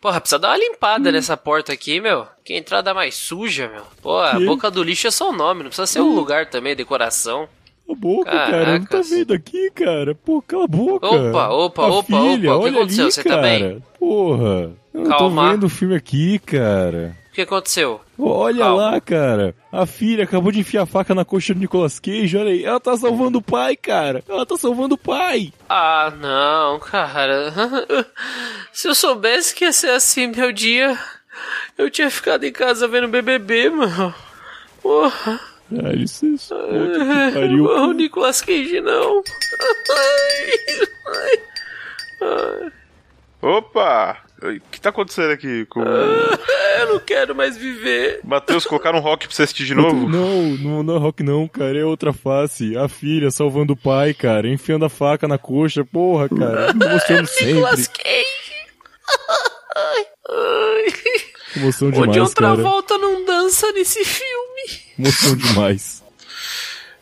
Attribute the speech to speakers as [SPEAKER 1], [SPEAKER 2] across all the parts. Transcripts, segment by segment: [SPEAKER 1] Porra, precisa dar uma
[SPEAKER 2] Hum.
[SPEAKER 1] limpada nessa porta aqui, meu. Que entrada mais suja, meu. Pô, a boca do lixo é só o nome, não precisa ser o
[SPEAKER 2] Hum.
[SPEAKER 1] lugar também, decoração.
[SPEAKER 2] Cala a boca, cara. Não tá
[SPEAKER 1] Caracas.
[SPEAKER 2] vendo aqui, cara? Pô, cala a boca.
[SPEAKER 1] Opa, opa,
[SPEAKER 2] A
[SPEAKER 1] opa,
[SPEAKER 2] filha,
[SPEAKER 1] opa, o que
[SPEAKER 2] olha
[SPEAKER 1] aconteceu?
[SPEAKER 2] ali,
[SPEAKER 1] Você tá
[SPEAKER 2] cara.
[SPEAKER 1] bem?
[SPEAKER 2] Porra. Eu
[SPEAKER 1] Calma.
[SPEAKER 2] tô vendo o filme aqui, cara.
[SPEAKER 1] O que aconteceu?
[SPEAKER 2] Olha
[SPEAKER 1] Calma.
[SPEAKER 2] lá, cara. A filha acabou de enfiar a faca na coxa do Nicolas Cage, olha aí. Ela tá salvando o pai, cara. Ela tá salvando o pai.
[SPEAKER 1] Ah, não, cara. Se eu soubesse que ia ser assim meu dia, eu tinha ficado em casa vendo BBB, mano. Porra.
[SPEAKER 2] Ah, isso é isso. Puta que pariu.
[SPEAKER 1] Não, Nicolas Cage, não.
[SPEAKER 3] Opa! O que tá acontecendo aqui? Com...
[SPEAKER 1] Eu não quero mais viver.
[SPEAKER 3] Matheus, colocaram um rock pra você assistir de novo?
[SPEAKER 2] Não, não, não é rock não, cara. É outra face. A filha salvando o pai, cara. Enfiando a faca na coxa. Porra, cara. Emociono sempre.
[SPEAKER 1] Nicolas Cage. Ai.
[SPEAKER 2] Emoção
[SPEAKER 1] O John
[SPEAKER 2] demais, cara.
[SPEAKER 1] Travolta não dança nesse filme.
[SPEAKER 2] Emoção demais.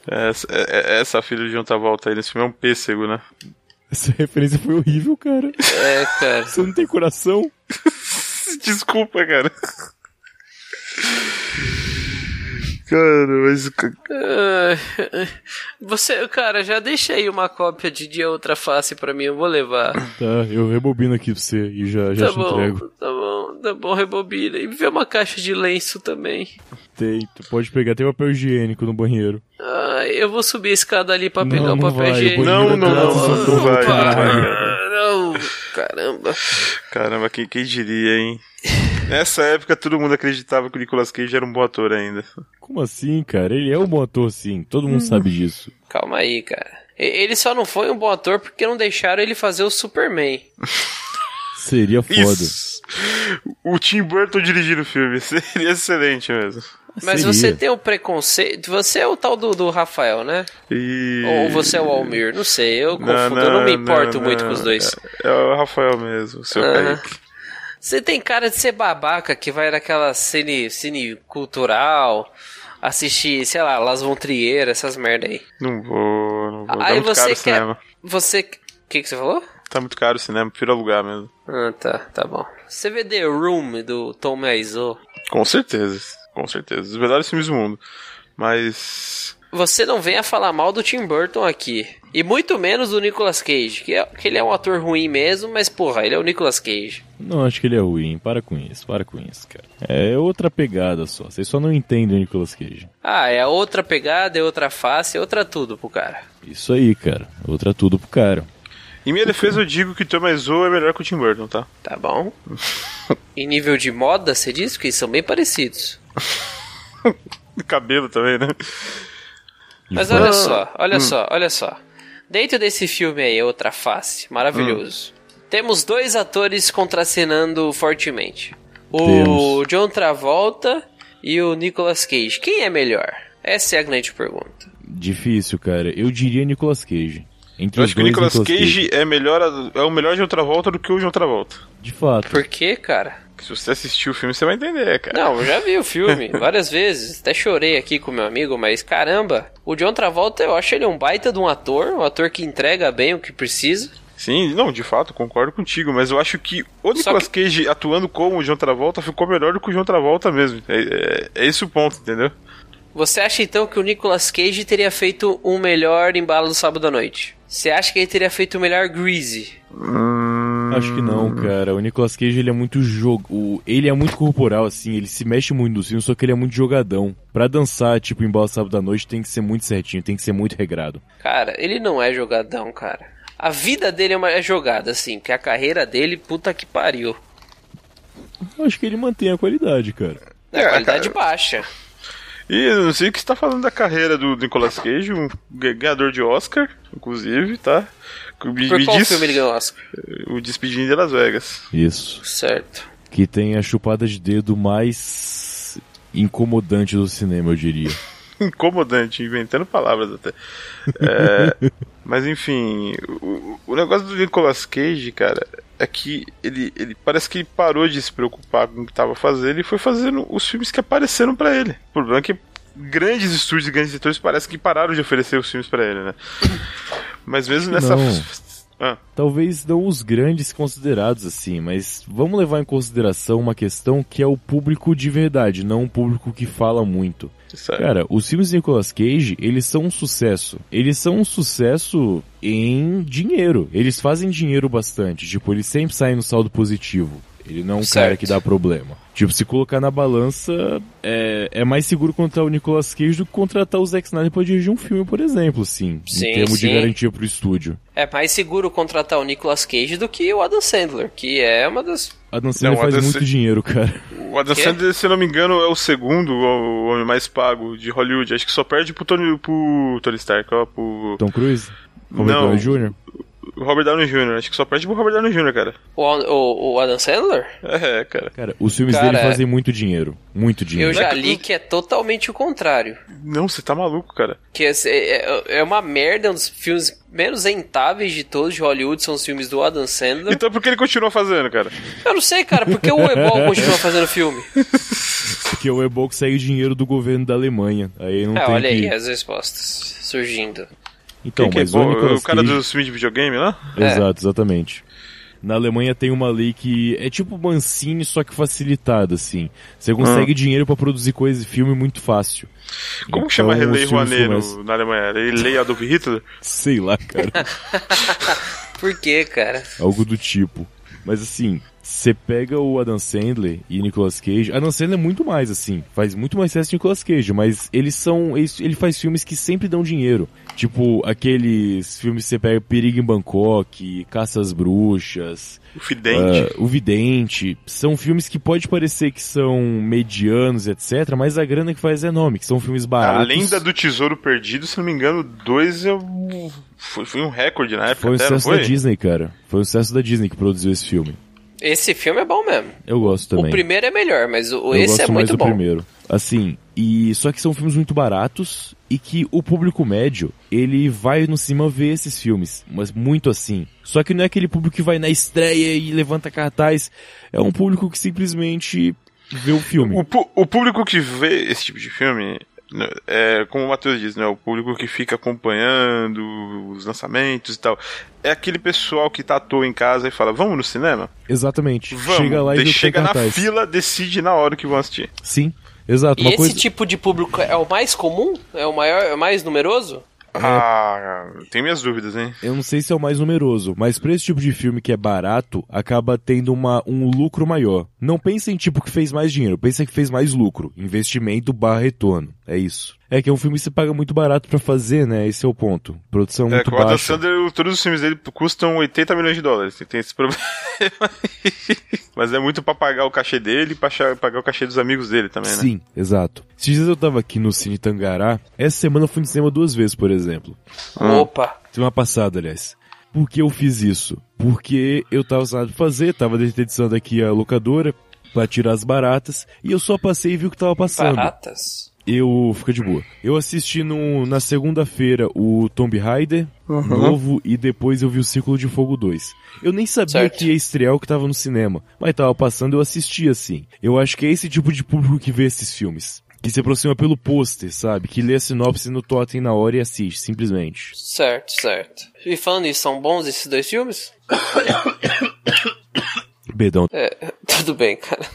[SPEAKER 3] Essa, é- é- essa filha de John Travolta aí nesse filme é um pêssego, né?
[SPEAKER 2] Essa referência foi horrível, cara.
[SPEAKER 1] É, cara.
[SPEAKER 2] Você não tem coração?
[SPEAKER 3] Desculpa, cara. Cara, mas.
[SPEAKER 1] Ai, Você, cara, já deixa aí uma cópia de De Outra Face pra mim, eu vou levar.
[SPEAKER 2] Tá, eu rebobino aqui pra você e já, já
[SPEAKER 1] Tá
[SPEAKER 2] te
[SPEAKER 1] bom,
[SPEAKER 2] entrego.
[SPEAKER 1] tá bom, tá bom, rebobina. E vê uma caixa de lenço também.
[SPEAKER 2] Tem, tu pode pegar, tem papel higiênico no banheiro.
[SPEAKER 1] Ah, eu vou subir a escada ali pra
[SPEAKER 2] Não,
[SPEAKER 1] pegar o
[SPEAKER 2] não
[SPEAKER 1] papel
[SPEAKER 2] vai, eu
[SPEAKER 1] higiênico.
[SPEAKER 2] vou
[SPEAKER 3] Não, não, não,
[SPEAKER 1] Ah,
[SPEAKER 3] não vai, não
[SPEAKER 1] opa.
[SPEAKER 3] vai,
[SPEAKER 2] cara.
[SPEAKER 1] Não, caramba.
[SPEAKER 3] Caramba, quem, quem diria, hein? Nessa época todo mundo acreditava que o Nicolas Cage era um bom ator ainda.
[SPEAKER 2] Como assim, cara? Ele é um bom ator, sim. Todo mundo sabe disso.
[SPEAKER 1] Calma aí, cara. E- Ele só não foi um bom ator porque não deixaram ele fazer o Superman.
[SPEAKER 2] Seria foda.
[SPEAKER 3] Isso! O Tim Burton dirigindo o filme seria excelente mesmo.
[SPEAKER 1] Mas
[SPEAKER 2] Seria.
[SPEAKER 1] você tem o preconceito. Você é o tal do, do Rafael, né?
[SPEAKER 3] E...
[SPEAKER 1] Ou você é o Almir? Não sei, eu confundo, eu não me importo muito com os dois.
[SPEAKER 3] É, é o Rafael mesmo, o seu
[SPEAKER 1] Aham.
[SPEAKER 3] Kaique.
[SPEAKER 1] Você tem cara de ser babaca que vai naquela cine, cine cultural, assistir, sei lá, Las Vontrier, essas merda aí.
[SPEAKER 3] Não vou, não vou. tá
[SPEAKER 1] aí
[SPEAKER 3] muito caro
[SPEAKER 1] você
[SPEAKER 3] o
[SPEAKER 1] quer.
[SPEAKER 3] cinema.
[SPEAKER 1] Você. O que, que você falou?
[SPEAKER 3] Tá muito caro o cinema, prefiro alugar mesmo.
[SPEAKER 1] Ah, tá, tá bom. Você vê The Room do Tom Wiseau.
[SPEAKER 3] Com certeza, com certeza. Os melhores filmes do mundo. Mas.
[SPEAKER 1] Você não venha falar mal do Tim Burton aqui. E muito menos do Nicolas Cage, que, é- que ele é um ator ruim mesmo, mas porra, ele é o Nicolas Cage.
[SPEAKER 2] Não acho que ele é ruim. Para com isso, para com isso, cara. É outra pegada só. Vocês só não entendem o Nicolas Cage.
[SPEAKER 1] Ah, é outra pegada, é outra face, é outra tudo pro cara.
[SPEAKER 2] Isso aí, cara. Outra tudo pro cara.
[SPEAKER 3] Em minha defesa, eu digo que Tom Wiseau é melhor que o Tim Burton, tá?
[SPEAKER 1] Tá bom. em nível de moda, você diz que eles são bem parecidos.
[SPEAKER 3] E cabelo também, né?
[SPEAKER 2] E
[SPEAKER 1] Mas
[SPEAKER 2] vai-
[SPEAKER 1] olha só, olha só, olha só. Dentro desse filme aí, Outra Face, maravilhoso. Temos dois atores contracenando fortemente. O
[SPEAKER 2] Temos.
[SPEAKER 1] John Travolta e o Nicolas Cage. Quem é melhor? Essa é a grande pergunta.
[SPEAKER 2] Difícil, cara. Eu diria Nicolas Cage. Entre
[SPEAKER 3] Eu
[SPEAKER 2] os
[SPEAKER 3] acho que o
[SPEAKER 2] dois,
[SPEAKER 3] Nicolas Cage é, melhor, é o melhor de outra volta do que o de outra volta.
[SPEAKER 2] De fato.
[SPEAKER 1] Por quê, cara?
[SPEAKER 3] Se você assistiu o filme, você vai entender, cara.
[SPEAKER 1] Não, eu já vi o filme várias vezes, até chorei aqui com meu amigo, mas caramba, o John Travolta eu acho ele um baita de um ator, um ator que entrega bem o que precisa.
[SPEAKER 3] Sim, não, de fato, concordo contigo, mas eu acho que o Nicolas Cage atuando como o John Travolta ficou melhor do que o John Travolta mesmo. É, é- é esse o ponto, entendeu?
[SPEAKER 1] Você acha então que o Nicolas Cage teria feito um melhor embalo do sábado à noite? Você acha que ele teria feito o melhor Greasy?
[SPEAKER 2] Acho que não, cara. O Nicolas Cage, ele é muito jogo... o- Ele é muito corporal, assim. Ele se mexe muito no filme, só que ele é muito jogadão. Pra dançar, tipo, em Bala Sábado da Noite, tem que ser muito certinho, tem que ser muito regrado.
[SPEAKER 1] Cara, ele não é jogadão, cara. A vida dele é uma é jogada, assim, porque a carreira dele, puta que pariu.
[SPEAKER 2] Eu acho que ele mantém a qualidade, cara.
[SPEAKER 1] É,
[SPEAKER 3] É,
[SPEAKER 1] qualidade baixa.
[SPEAKER 3] E eu não sei o que você tá falando da carreira do Nicolas Cage, um ga- ganhador de Oscar, inclusive, tá? Me,
[SPEAKER 1] Por
[SPEAKER 3] me
[SPEAKER 1] qual
[SPEAKER 3] diz
[SPEAKER 1] filme ele ganhou Oscar?
[SPEAKER 3] o Despedindo de Las Vegas.
[SPEAKER 2] Isso.
[SPEAKER 1] Certo.
[SPEAKER 2] Que tem a chupada de dedo mais incomodante do cinema, eu diria.
[SPEAKER 3] Incomodante, inventando palavras até. É, mas enfim, o, o negócio do Nicolas Cage, cara, é que ele, ele parece que ele parou de se preocupar com o que tava fazendo e foi fazendo os filmes que apareceram pra ele. O problema é que grandes estúdios, grandes editores parece que pararam de oferecer os filmes pra ele, né? Mas mesmo
[SPEAKER 2] Acho
[SPEAKER 3] nessa
[SPEAKER 2] que não.
[SPEAKER 3] Ah.
[SPEAKER 2] Talvez não os grandes considerados assim, mas vamos levar em consideração uma questão que é o público de verdade, não o público que fala muito.
[SPEAKER 3] Sabe?
[SPEAKER 2] Cara, os filmes de Nicolas Cage, eles são um sucesso. Eles são um sucesso em dinheiro. Eles fazem dinheiro bastante. Tipo, ele sempre sai no saldo positivo. Ele não é um cara
[SPEAKER 1] Certo.
[SPEAKER 2] que dá problema. Tipo, se colocar na balança, é, é mais seguro contratar o Nicolas Cage do que contratar o Zack Snyder pra dirigir um filme, por exemplo, sim.
[SPEAKER 1] Sim,
[SPEAKER 2] em termos de
[SPEAKER 1] sim.
[SPEAKER 2] garantia pro estúdio.
[SPEAKER 1] É mais seguro contratar o Nicolas Cage do que o Adam Sandler, que é uma das.
[SPEAKER 2] A Dan Sandler
[SPEAKER 3] Não,
[SPEAKER 2] faz
[SPEAKER 3] Adam
[SPEAKER 2] muito
[SPEAKER 3] Sa-
[SPEAKER 2] dinheiro, cara.
[SPEAKER 3] O Adam
[SPEAKER 1] Quê?
[SPEAKER 3] Sandler, se eu não me engano, é o segundo o- o homem mais pago de Hollywood. Acho que só perde pro Tony, pro Tony Stark, ó, pro
[SPEAKER 2] Tom Cruise? Robert
[SPEAKER 3] Não.
[SPEAKER 2] Downey Jr.?
[SPEAKER 3] Robert Downey Jr. Acho que só perde pro Robert Downey Jr., cara.
[SPEAKER 1] O, o, o Adam Sandler?
[SPEAKER 3] É, cara.
[SPEAKER 2] Cara, os filmes
[SPEAKER 1] Cara,
[SPEAKER 2] dele
[SPEAKER 1] é.
[SPEAKER 2] fazem muito dinheiro. Muito dinheiro.
[SPEAKER 1] Eu já
[SPEAKER 3] Não é que
[SPEAKER 1] li
[SPEAKER 3] tu-
[SPEAKER 1] que é totalmente o contrário.
[SPEAKER 3] Não, você tá maluco, cara.
[SPEAKER 1] Que é, é, é uma merda, um dos filmes menos rentáveis de todos de Hollywood são os filmes do Adam Sandler.
[SPEAKER 3] Então por que ele continua fazendo, cara?
[SPEAKER 2] Então-
[SPEAKER 1] Eu não sei, cara, por que o Ebol continua fazendo filme?
[SPEAKER 2] Porque o Ebol consegue dinheiro do governo da Alemanha. Aí não
[SPEAKER 1] É,
[SPEAKER 2] tem
[SPEAKER 1] olha
[SPEAKER 2] que...
[SPEAKER 1] aí as respostas surgindo.
[SPEAKER 2] Então,
[SPEAKER 3] Quem que é
[SPEAKER 2] mas
[SPEAKER 3] bom?
[SPEAKER 2] o Nicolas
[SPEAKER 3] o cara
[SPEAKER 2] Cage...
[SPEAKER 3] dos filmes de videogame lá?
[SPEAKER 1] É.
[SPEAKER 2] Exato, exatamente. Na Alemanha tem uma lei que é tipo Mancini, só que facilitada, assim. Você consegue dinheiro pra produzir coisa e filme muito fácil.
[SPEAKER 3] Ah. Como
[SPEAKER 2] Então,
[SPEAKER 3] que chama Relei
[SPEAKER 2] os filmes
[SPEAKER 3] Rouanet
[SPEAKER 2] são mais-
[SPEAKER 3] no- na Alemanha? Relei Adolf Hitler?
[SPEAKER 2] Sei lá, cara.
[SPEAKER 1] Por que, cara?
[SPEAKER 2] algo do tipo. Mas assim, você pega o Adam Sandler e Nicolas Cage. Adam Sandler é muito mais assim, faz muito mais sucesso que Nicolas Cage, mas eles são, eles- ele faz filmes que sempre dão dinheiro. Tipo aqueles filmes que você pega Perigo em Bangkok, Caça às Bruxas,
[SPEAKER 3] O Fidente?
[SPEAKER 2] ah, O Vidente. São filmes que pode parecer que são medianos, etc, mas a grana que faz é enorme, que são filmes
[SPEAKER 3] a
[SPEAKER 2] baratos.
[SPEAKER 3] Lenda do Tesouro Perdido, se não me engano, dois é o- foi, foi um recorde na época.
[SPEAKER 2] Foi um
[SPEAKER 3] até, não
[SPEAKER 2] sucesso
[SPEAKER 3] foi?
[SPEAKER 2] da Disney, cara. Foi um sucesso da Disney que produziu esse filme.
[SPEAKER 1] Esse filme é bom mesmo.
[SPEAKER 2] Eu gosto também.
[SPEAKER 1] O primeiro é melhor, mas o,
[SPEAKER 2] Eu
[SPEAKER 1] esse
[SPEAKER 2] gosto
[SPEAKER 1] é
[SPEAKER 2] mais
[SPEAKER 1] muito
[SPEAKER 2] do
[SPEAKER 1] bom.
[SPEAKER 2] primeiro. Assim, e só que são filmes muito baratos e que o público médio, ele vai no cinema ver esses filmes, mas muito assim. Só que não é aquele público que vai na estreia e levanta cartaz, é um público que simplesmente vê o filme.
[SPEAKER 3] O, pu- o público que vê esse tipo de filme, né, é, como o Matheus diz, né? O público que fica acompanhando os lançamentos e tal. É aquele pessoal que tá à toa em casa e fala, vamos no cinema?
[SPEAKER 2] Exatamente.
[SPEAKER 3] Vamos.
[SPEAKER 2] chega lá e
[SPEAKER 3] Daí
[SPEAKER 2] vê o que tem
[SPEAKER 3] chega na
[SPEAKER 2] cartaz.
[SPEAKER 3] fila, decide na hora que vão assistir.
[SPEAKER 2] Sim. Exato,
[SPEAKER 1] E
[SPEAKER 2] uma
[SPEAKER 1] esse
[SPEAKER 2] coisa.
[SPEAKER 1] tipo de público é o mais comum? É o maior, é o mais numeroso?
[SPEAKER 2] É.
[SPEAKER 3] Ah, tem minhas dúvidas, hein?
[SPEAKER 2] Eu não sei se é o mais numeroso, mas pra esse tipo de filme que é barato, acaba tendo uma, um lucro maior. Não pensa em tipo que fez mais dinheiro, pensa que fez mais lucro. Investimento barra retorno. É isso. É que é um filme que você paga muito barato pra fazer, né? Esse é o ponto. Produção
[SPEAKER 3] É,
[SPEAKER 2] muito
[SPEAKER 3] com o Adam
[SPEAKER 2] baixa.
[SPEAKER 3] Sandler, todos os filmes dele custam 80 milhões de dólares. Tem esse problema. Mas é muito pra pagar o cachê dele e pra cha- pagar o cachê dos amigos dele também, né?
[SPEAKER 2] Sim, exato. Esses dias eu tava aqui no Cine Tangará. Essa semana eu fui no cinema duas vezes, por exemplo.
[SPEAKER 3] Ah.
[SPEAKER 1] Opa!
[SPEAKER 2] Semana passada, aliás. Por que eu fiz isso? Porque eu tava sem nada pra fazer, tava desperdiçando aqui a locadora pra tirar as baratas, e eu só passei e vi o que tava passando.
[SPEAKER 1] Baratas?
[SPEAKER 2] Eu. Fica de boa. Eu assisti no, na segunda-feira o Tomb Raider novo e depois eu vi o Círculo de Fogo 2. Eu nem sabia
[SPEAKER 1] Certo.
[SPEAKER 2] que ia estrear o que tava no cinema, mas tava passando eu assisti assim. Eu acho que é esse tipo de público que vê esses filmes. Que se aproxima pelo pôster, sabe? Que lê a sinopse no totem na hora e assiste, simplesmente.
[SPEAKER 1] Certo, certo. E falando isso, são bons esses dois filmes?
[SPEAKER 2] Bedão.
[SPEAKER 1] É, tudo bem, cara.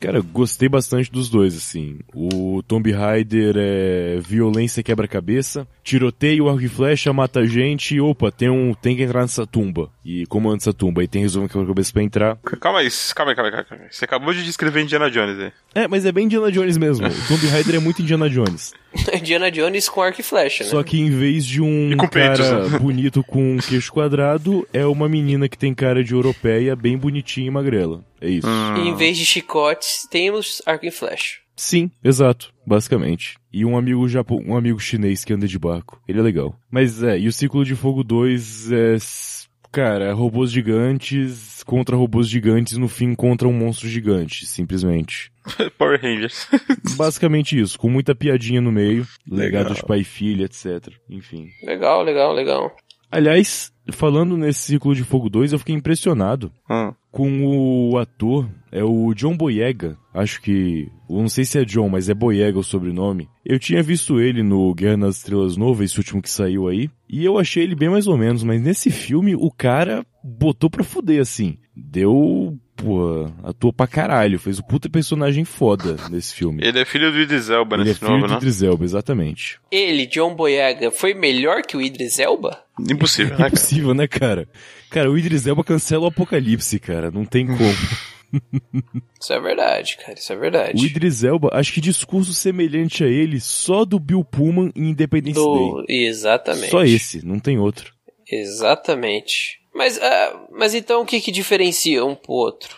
[SPEAKER 2] Cara, eu gostei bastante dos dois, assim. O Tomb Raider é violência quebra-cabeça, tiroteio, arco e flecha, mata gente e opa, tem um tem que entrar nessa tumba. E comando essa tumba, aí tem resolve um quebra-cabeça pra entrar.
[SPEAKER 3] Calma aí, calma aí, calma aí, calma aí. Você acabou de descrever Indiana Jones aí.
[SPEAKER 2] É, mas é bem Indiana Jones mesmo. O Tomb Raider é muito Indiana Jones.
[SPEAKER 1] Indiana Jones com arco e flecha, né?
[SPEAKER 2] Só que em vez de um
[SPEAKER 3] E com
[SPEAKER 2] cara
[SPEAKER 3] peitos, né?
[SPEAKER 2] bonito com um queixo quadrado, é uma menina que tem cara de europeia, bem bonitinha e magrela. É isso.
[SPEAKER 3] Ah.
[SPEAKER 1] E em vez de chicotes, temos arco e flecha.
[SPEAKER 2] Sim, exato, basicamente. E um amigo japo... um amigo chinês que anda de barco. Ele é legal. Mas é, e o Círculo de Fogo 2 é. s- Cara, é robôs gigantes contra robôs gigantes no fim contra um monstro gigante, simplesmente.
[SPEAKER 3] Power Rangers.
[SPEAKER 2] Basicamente isso, com muita piadinha no meio,
[SPEAKER 3] Legal.
[SPEAKER 2] legado de pai e filha, etc. Enfim.
[SPEAKER 1] Legal, legal, legal.
[SPEAKER 2] Aliás, falando nesse Círculo de Fogo 2, eu fiquei impressionado
[SPEAKER 3] Hum.
[SPEAKER 2] com o ator, é o John Boyega, acho que, eu não sei se é John, mas é Boyega o sobrenome. Eu tinha visto ele no Guerra nas Estrelas Nova, esse último que saiu aí, e eu achei ele bem mais ou menos, mas nesse filme o cara botou pra fuder, assim. Deu, pô, atuou pra caralho, fez o puta personagem foda nesse filme.
[SPEAKER 3] Ele é filho do Idris Elba
[SPEAKER 2] Ele é
[SPEAKER 3] nesse
[SPEAKER 2] filho
[SPEAKER 3] novo,
[SPEAKER 2] de
[SPEAKER 3] né?
[SPEAKER 2] Idris Elba, exatamente.
[SPEAKER 1] Ele, John Boyega, foi melhor que o Idris Elba?
[SPEAKER 3] Impossível, né, cara?
[SPEAKER 2] Impossível, né, cara? Cara, o Idris Elba cancela o apocalipse, cara, não tem como.
[SPEAKER 1] Isso é verdade, cara, isso é verdade.
[SPEAKER 2] O Idris Elba, acho que discurso semelhante a ele só do Bill Pullman em Independence
[SPEAKER 1] Do...
[SPEAKER 2] Day.
[SPEAKER 1] Exatamente.
[SPEAKER 2] Só esse, não tem outro.
[SPEAKER 1] Exatamente. Mas, ah, mas então o que que diferencia um pro outro?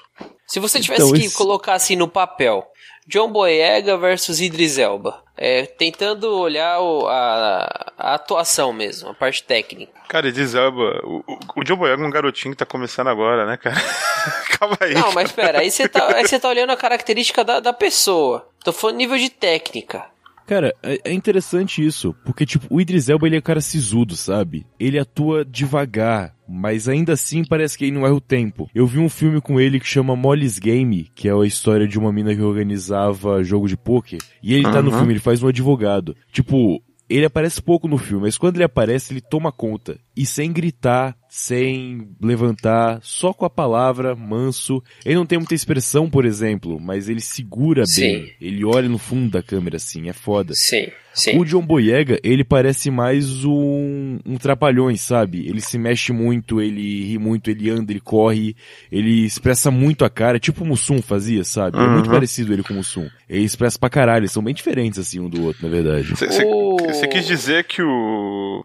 [SPEAKER 1] Se você tivesse
[SPEAKER 2] Então,
[SPEAKER 1] que
[SPEAKER 2] esse-
[SPEAKER 1] colocar assim no papel, John Boyega versus Idris Elba, é, tentando olhar o- a, a atuação mesmo, a parte técnica.
[SPEAKER 3] Cara, Idris Elba. O, o- o John Boyega é um garotinho que tá começando agora, né, cara? Calma aí.
[SPEAKER 1] Não, mas pera, aí você tá, aí você tá olhando a característica da, da pessoa. Tô falando nível de técnica.
[SPEAKER 2] Cara, é é interessante isso, porque, tipo, o Idris Elba, ele é um cara sisudo, sabe? Ele atua devagar, mas ainda assim parece que ele não erra o tempo. Eu vi um filme com ele que chama Molly's Game, que é a história de uma mina que organizava jogo de pôquer, e ele tá no
[SPEAKER 3] Aham.
[SPEAKER 2] filme, ele faz um advogado. Tipo, ele aparece pouco no filme, mas quando ele aparece, ele toma conta. E sem gritar, sem levantar, só com a palavra, manso. Ele não tem muita expressão, por exemplo, mas ele segura
[SPEAKER 1] Sim.
[SPEAKER 2] bem. Ele olha no fundo da câmera, assim, é foda.
[SPEAKER 1] Sim, sim.
[SPEAKER 2] O John Boyega, ele parece mais um, um trapalhões, sabe? Ele se mexe muito, ele ri muito, ele anda, ele corre, ele expressa muito a cara, tipo o Mussum fazia, sabe? É muito
[SPEAKER 3] Uhum.
[SPEAKER 2] parecido ele com o Mussum. Ele expressa pra caralho, eles são bem diferentes assim um do outro, na verdade.
[SPEAKER 1] O-
[SPEAKER 3] Você quis dizer que o.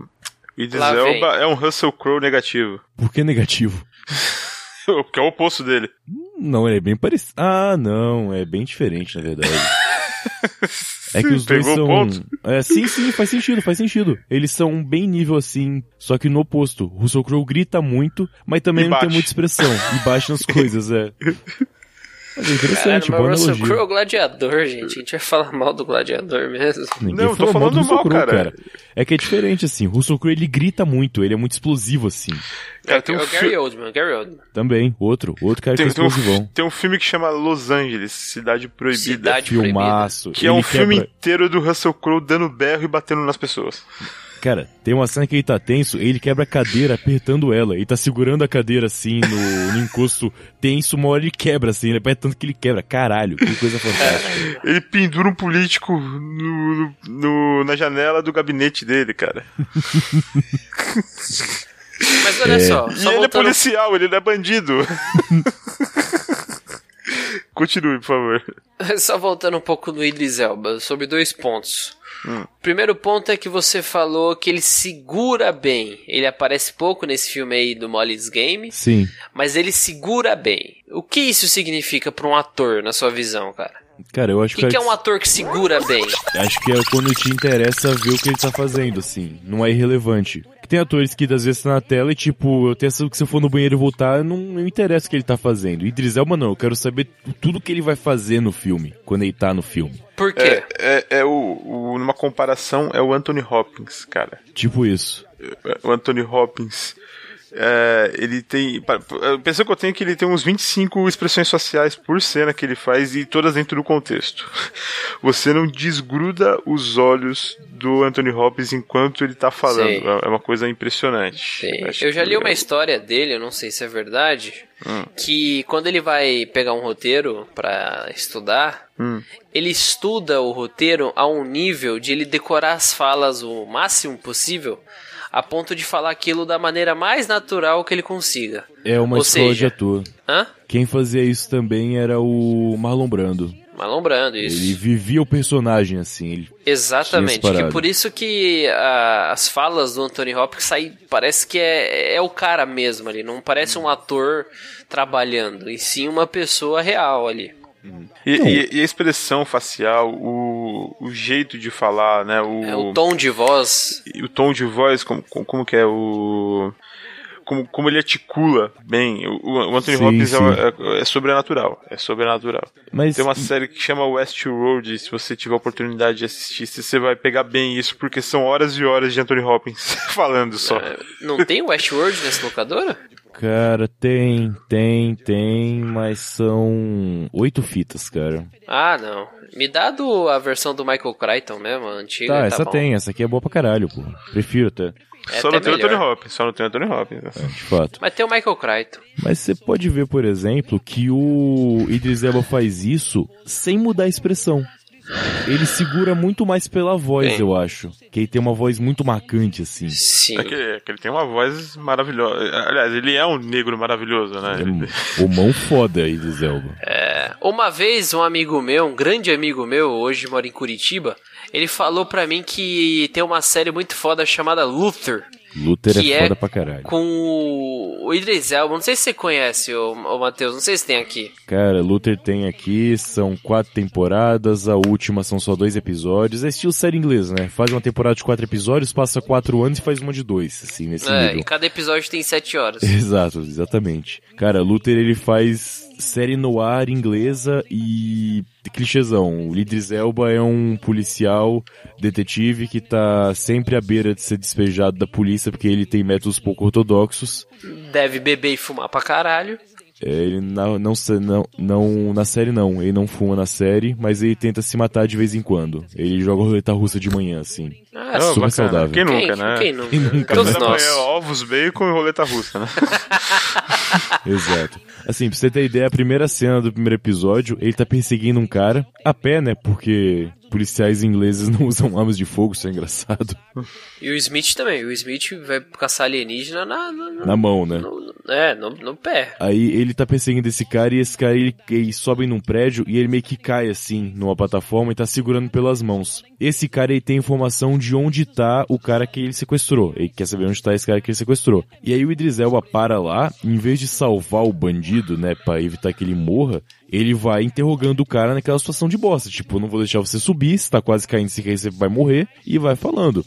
[SPEAKER 3] o Idris
[SPEAKER 1] Lá vem.
[SPEAKER 3] Elba é um Russell Crowe negativo.
[SPEAKER 2] Por que negativo?
[SPEAKER 3] Que é o oposto dele.
[SPEAKER 2] Não, ele é bem parecido. Ah, não, é bem diferente, na verdade. É que os dois
[SPEAKER 3] Pegou o
[SPEAKER 2] são.
[SPEAKER 3] ponto?
[SPEAKER 2] É, sim, sim, faz sentido, faz sentido. Eles são bem nível assim, só que no oposto. Russell Crowe grita muito, mas também
[SPEAKER 3] E
[SPEAKER 2] não tem
[SPEAKER 3] baixa.
[SPEAKER 2] muita expressão. E baixa nas coisas, é. Mas é
[SPEAKER 1] Caralho,
[SPEAKER 2] interessante,
[SPEAKER 1] mas
[SPEAKER 2] boa
[SPEAKER 1] Russell
[SPEAKER 2] analogia.
[SPEAKER 1] Crowe é o gladiador, gente. A gente vai falar mal do gladiador mesmo.
[SPEAKER 2] Ninguém
[SPEAKER 3] Não, eu tô
[SPEAKER 2] fala
[SPEAKER 3] falando
[SPEAKER 2] do Russell
[SPEAKER 3] mal,
[SPEAKER 2] Crowe,
[SPEAKER 3] cara.
[SPEAKER 2] É que é diferente, assim. Russell Crowe, ele grita muito, ele é muito explosivo, assim.
[SPEAKER 3] Cara,
[SPEAKER 1] é
[SPEAKER 3] tem um
[SPEAKER 1] o Gary
[SPEAKER 3] fi-
[SPEAKER 1] Oldman, Gary Oldman.
[SPEAKER 2] Também, outro, outro cara que é
[SPEAKER 3] tem- tem um fi-
[SPEAKER 2] explosivão.
[SPEAKER 3] tem um filme que chama Los Angeles, Cidade Proibida.
[SPEAKER 1] Cidade Proibida.
[SPEAKER 2] Filmaço.
[SPEAKER 3] Que é um
[SPEAKER 2] ele
[SPEAKER 3] filme
[SPEAKER 2] quebra-
[SPEAKER 3] inteiro do Russell Crowe dando berro e batendo nas pessoas.
[SPEAKER 2] Cara, tem uma cena que ele tá tenso, ele quebra a cadeira apertando ela. Ele tá segurando a cadeira assim no, no encosto tenso, uma hora ele quebra assim, ele aperta tanto que ele quebra. Caralho, que coisa fantástica.
[SPEAKER 3] Ele pendura um político no- no- no- na janela do gabinete dele, cara.
[SPEAKER 1] Mas olha só,
[SPEAKER 3] E
[SPEAKER 1] só
[SPEAKER 3] ele é
[SPEAKER 1] voltando
[SPEAKER 3] policial, ele não é bandido. Continue, por favor.
[SPEAKER 1] Só voltando um pouco no Idris Elba, sobre dois pontos.
[SPEAKER 3] Hum.
[SPEAKER 1] Primeiro ponto é que você falou que ele segura bem. Ele aparece pouco nesse filme aí do Molly's Game,
[SPEAKER 2] Sim.
[SPEAKER 1] mas ele segura bem. O que isso significa pra um ator, na sua visão, cara?
[SPEAKER 2] Cara, eu acho
[SPEAKER 1] O que,
[SPEAKER 2] que,
[SPEAKER 1] que é um ator que segura bem?
[SPEAKER 2] acho que é quando te interessa ver o que ele tá fazendo, assim. Não é irrelevante. Que Tem atores que às vezes tá na tela e tipo, eu tenho a sensação que se eu for no banheiro e voltar, eu não, não interessa o que ele tá fazendo. Idris Elba não, eu quero saber tudo que ele vai fazer no filme, quando ele tá no filme.
[SPEAKER 1] Por quê?
[SPEAKER 3] É, é, é o, o- Numa comparação, é o Anthony Hopkins, cara.
[SPEAKER 2] Tipo isso.
[SPEAKER 3] O Anthony Hopkins. é, ele tem. pa- A impressão que eu tenho é que ele tem uns 25 expressões faciais por cena que ele faz e todas dentro do contexto. Você não desgruda os olhos do Anthony Hopkins enquanto ele tá falando.
[SPEAKER 1] Sim.
[SPEAKER 3] É uma coisa impressionante.
[SPEAKER 1] Sim.
[SPEAKER 3] Acho
[SPEAKER 1] Eu já
[SPEAKER 3] que
[SPEAKER 1] li
[SPEAKER 3] é- Hum.
[SPEAKER 1] uma história dele, eu não sei se é verdade, que quando ele vai pegar um roteiro pra estudar,
[SPEAKER 3] Hum.
[SPEAKER 1] ele estuda o roteiro a um nível de ele decorar as falas o máximo possível, a ponto de falar aquilo da maneira mais natural que ele consiga.
[SPEAKER 2] É uma
[SPEAKER 1] Ou
[SPEAKER 2] escola de
[SPEAKER 1] seja-
[SPEAKER 2] ator.
[SPEAKER 1] Hã?
[SPEAKER 2] Quem fazia isso também era o Marlon Brando.
[SPEAKER 1] Malombrando isso.
[SPEAKER 2] Ele vivia o personagem assim. Ele...
[SPEAKER 1] Exatamente,
[SPEAKER 2] Tinha
[SPEAKER 1] que
[SPEAKER 2] disparado.
[SPEAKER 1] por isso que ah, as falas do Anthony Hopkins saem, parece que é, é o cara mesmo ali, não parece um ator trabalhando, e sim uma pessoa real ali.
[SPEAKER 3] E, e- e a expressão facial, o, o jeito de falar, né? O,
[SPEAKER 1] É o tom de voz,
[SPEAKER 3] e o tom de voz, como, como como que é o. como, como ele articula bem. O, o Anthony
[SPEAKER 2] Sim,
[SPEAKER 3] Hopkins é
[SPEAKER 2] sim.
[SPEAKER 3] uma- É, é sobrenatural. É sobrenatural.
[SPEAKER 2] Mas
[SPEAKER 3] Tem uma série que chama Westworld. e Se você tiver a oportunidade de assistir, você vai pegar bem isso, porque são horas e horas de Anthony Hopkins falando só.
[SPEAKER 1] É, Não tem Westworld nessa locadora?
[SPEAKER 2] Cara, tem, tem, tem, mas são oito fitas, cara.
[SPEAKER 1] Ah, não. Me dá do, a versão do Michael Crichton mesmo, a antiga.
[SPEAKER 2] Tá, essa
[SPEAKER 1] bom.
[SPEAKER 2] tem, essa aqui é boa pra caralho, pô. Prefiro até,
[SPEAKER 1] É
[SPEAKER 3] só
[SPEAKER 1] até
[SPEAKER 3] não tem o Anthony
[SPEAKER 1] melhor. É.
[SPEAKER 3] Hopkins. Só não tem o Anthony Hopkins. né?
[SPEAKER 2] de fato.
[SPEAKER 1] Mas tem o Michael Crichton.
[SPEAKER 2] Mas você pode ver, por exemplo, que o Idris Elba faz isso sem mudar a expressão. Ele segura muito mais pela voz,
[SPEAKER 1] Bem.
[SPEAKER 2] eu acho. Que ele tem uma voz muito marcante, assim.
[SPEAKER 1] Sim.
[SPEAKER 3] É que, é que ele tem uma voz maravilhosa. Aliás, ele é um negro maravilhoso, né?
[SPEAKER 2] É um- o mão foda, Idris Elba.
[SPEAKER 1] é. Uma vez um amigo meu, um grande amigo meu, hoje mora em Curitiba, ele falou pra mim que tem uma série muito foda chamada Luther,
[SPEAKER 2] Luther
[SPEAKER 1] Que
[SPEAKER 2] é
[SPEAKER 1] é
[SPEAKER 2] foda pra caralho.
[SPEAKER 1] com o o Idris Elba. Não sei se você conhece, o, Matheus, não sei se tem aqui.
[SPEAKER 2] Cara, Luther tem aqui, são quatro temporadas, a última são só dois episódios. É estilo série inglesa, né? Faz uma temporada de quatro episódios, passa quatro anos e faz uma de dois, assim, nesse
[SPEAKER 1] É,
[SPEAKER 2] nível.
[SPEAKER 1] e cada episódio tem sete horas.
[SPEAKER 2] Exato, exatamente. Cara, Luther ele faz série no ar inglesa e clichêzão. O Idris Elba é um policial detetive que tá sempre à beira de ser despejado da polícia porque ele tem métodos pouco ortodoxos.
[SPEAKER 1] Deve beber e fumar pra caralho.
[SPEAKER 2] É, Ele não, não, se- não, não- na série não, ele não fuma na série, mas ele tenta se matar de vez em quando. Ele joga roleta russa de manhã, assim.
[SPEAKER 1] Ah,
[SPEAKER 3] Não,
[SPEAKER 2] super
[SPEAKER 3] É bacana.
[SPEAKER 2] saudável.
[SPEAKER 3] Quem
[SPEAKER 1] quem,
[SPEAKER 3] nunca, né? É,
[SPEAKER 1] quem nunca?
[SPEAKER 2] Quem nunca,
[SPEAKER 1] Todos
[SPEAKER 3] Café da
[SPEAKER 1] nós.
[SPEAKER 3] manhã, ovos, bacon e roleta russa, né?
[SPEAKER 2] Exato. Assim, pra você ter ideia, a primeira cena do primeiro episódio, ele tá perseguindo um cara a pé, né? Porque policiais ingleses não usam armas de fogo, isso é engraçado.
[SPEAKER 1] E o Smith também. O Smith vai caçar alienígena na, na- na-
[SPEAKER 2] Na mão, né?
[SPEAKER 1] no, no- é, no, no pé.
[SPEAKER 2] Aí ele tá perseguindo esse cara e esse cara ele, ele sobe num prédio e ele meio que cai assim numa plataforma e tá segurando pelas mãos. Esse cara ele tem informação de onde tá o cara que ele sequestrou. Ele quer saber onde tá esse cara que ele sequestrou. E aí o Idris Elba para lá, em vez de salvar o bandido, né, pra evitar que ele morra, ele vai interrogando o cara naquela situação de bosta. Tipo, eu não vou deixar você subir, você tá quase caindo, se cair você vai morrer, e vai falando.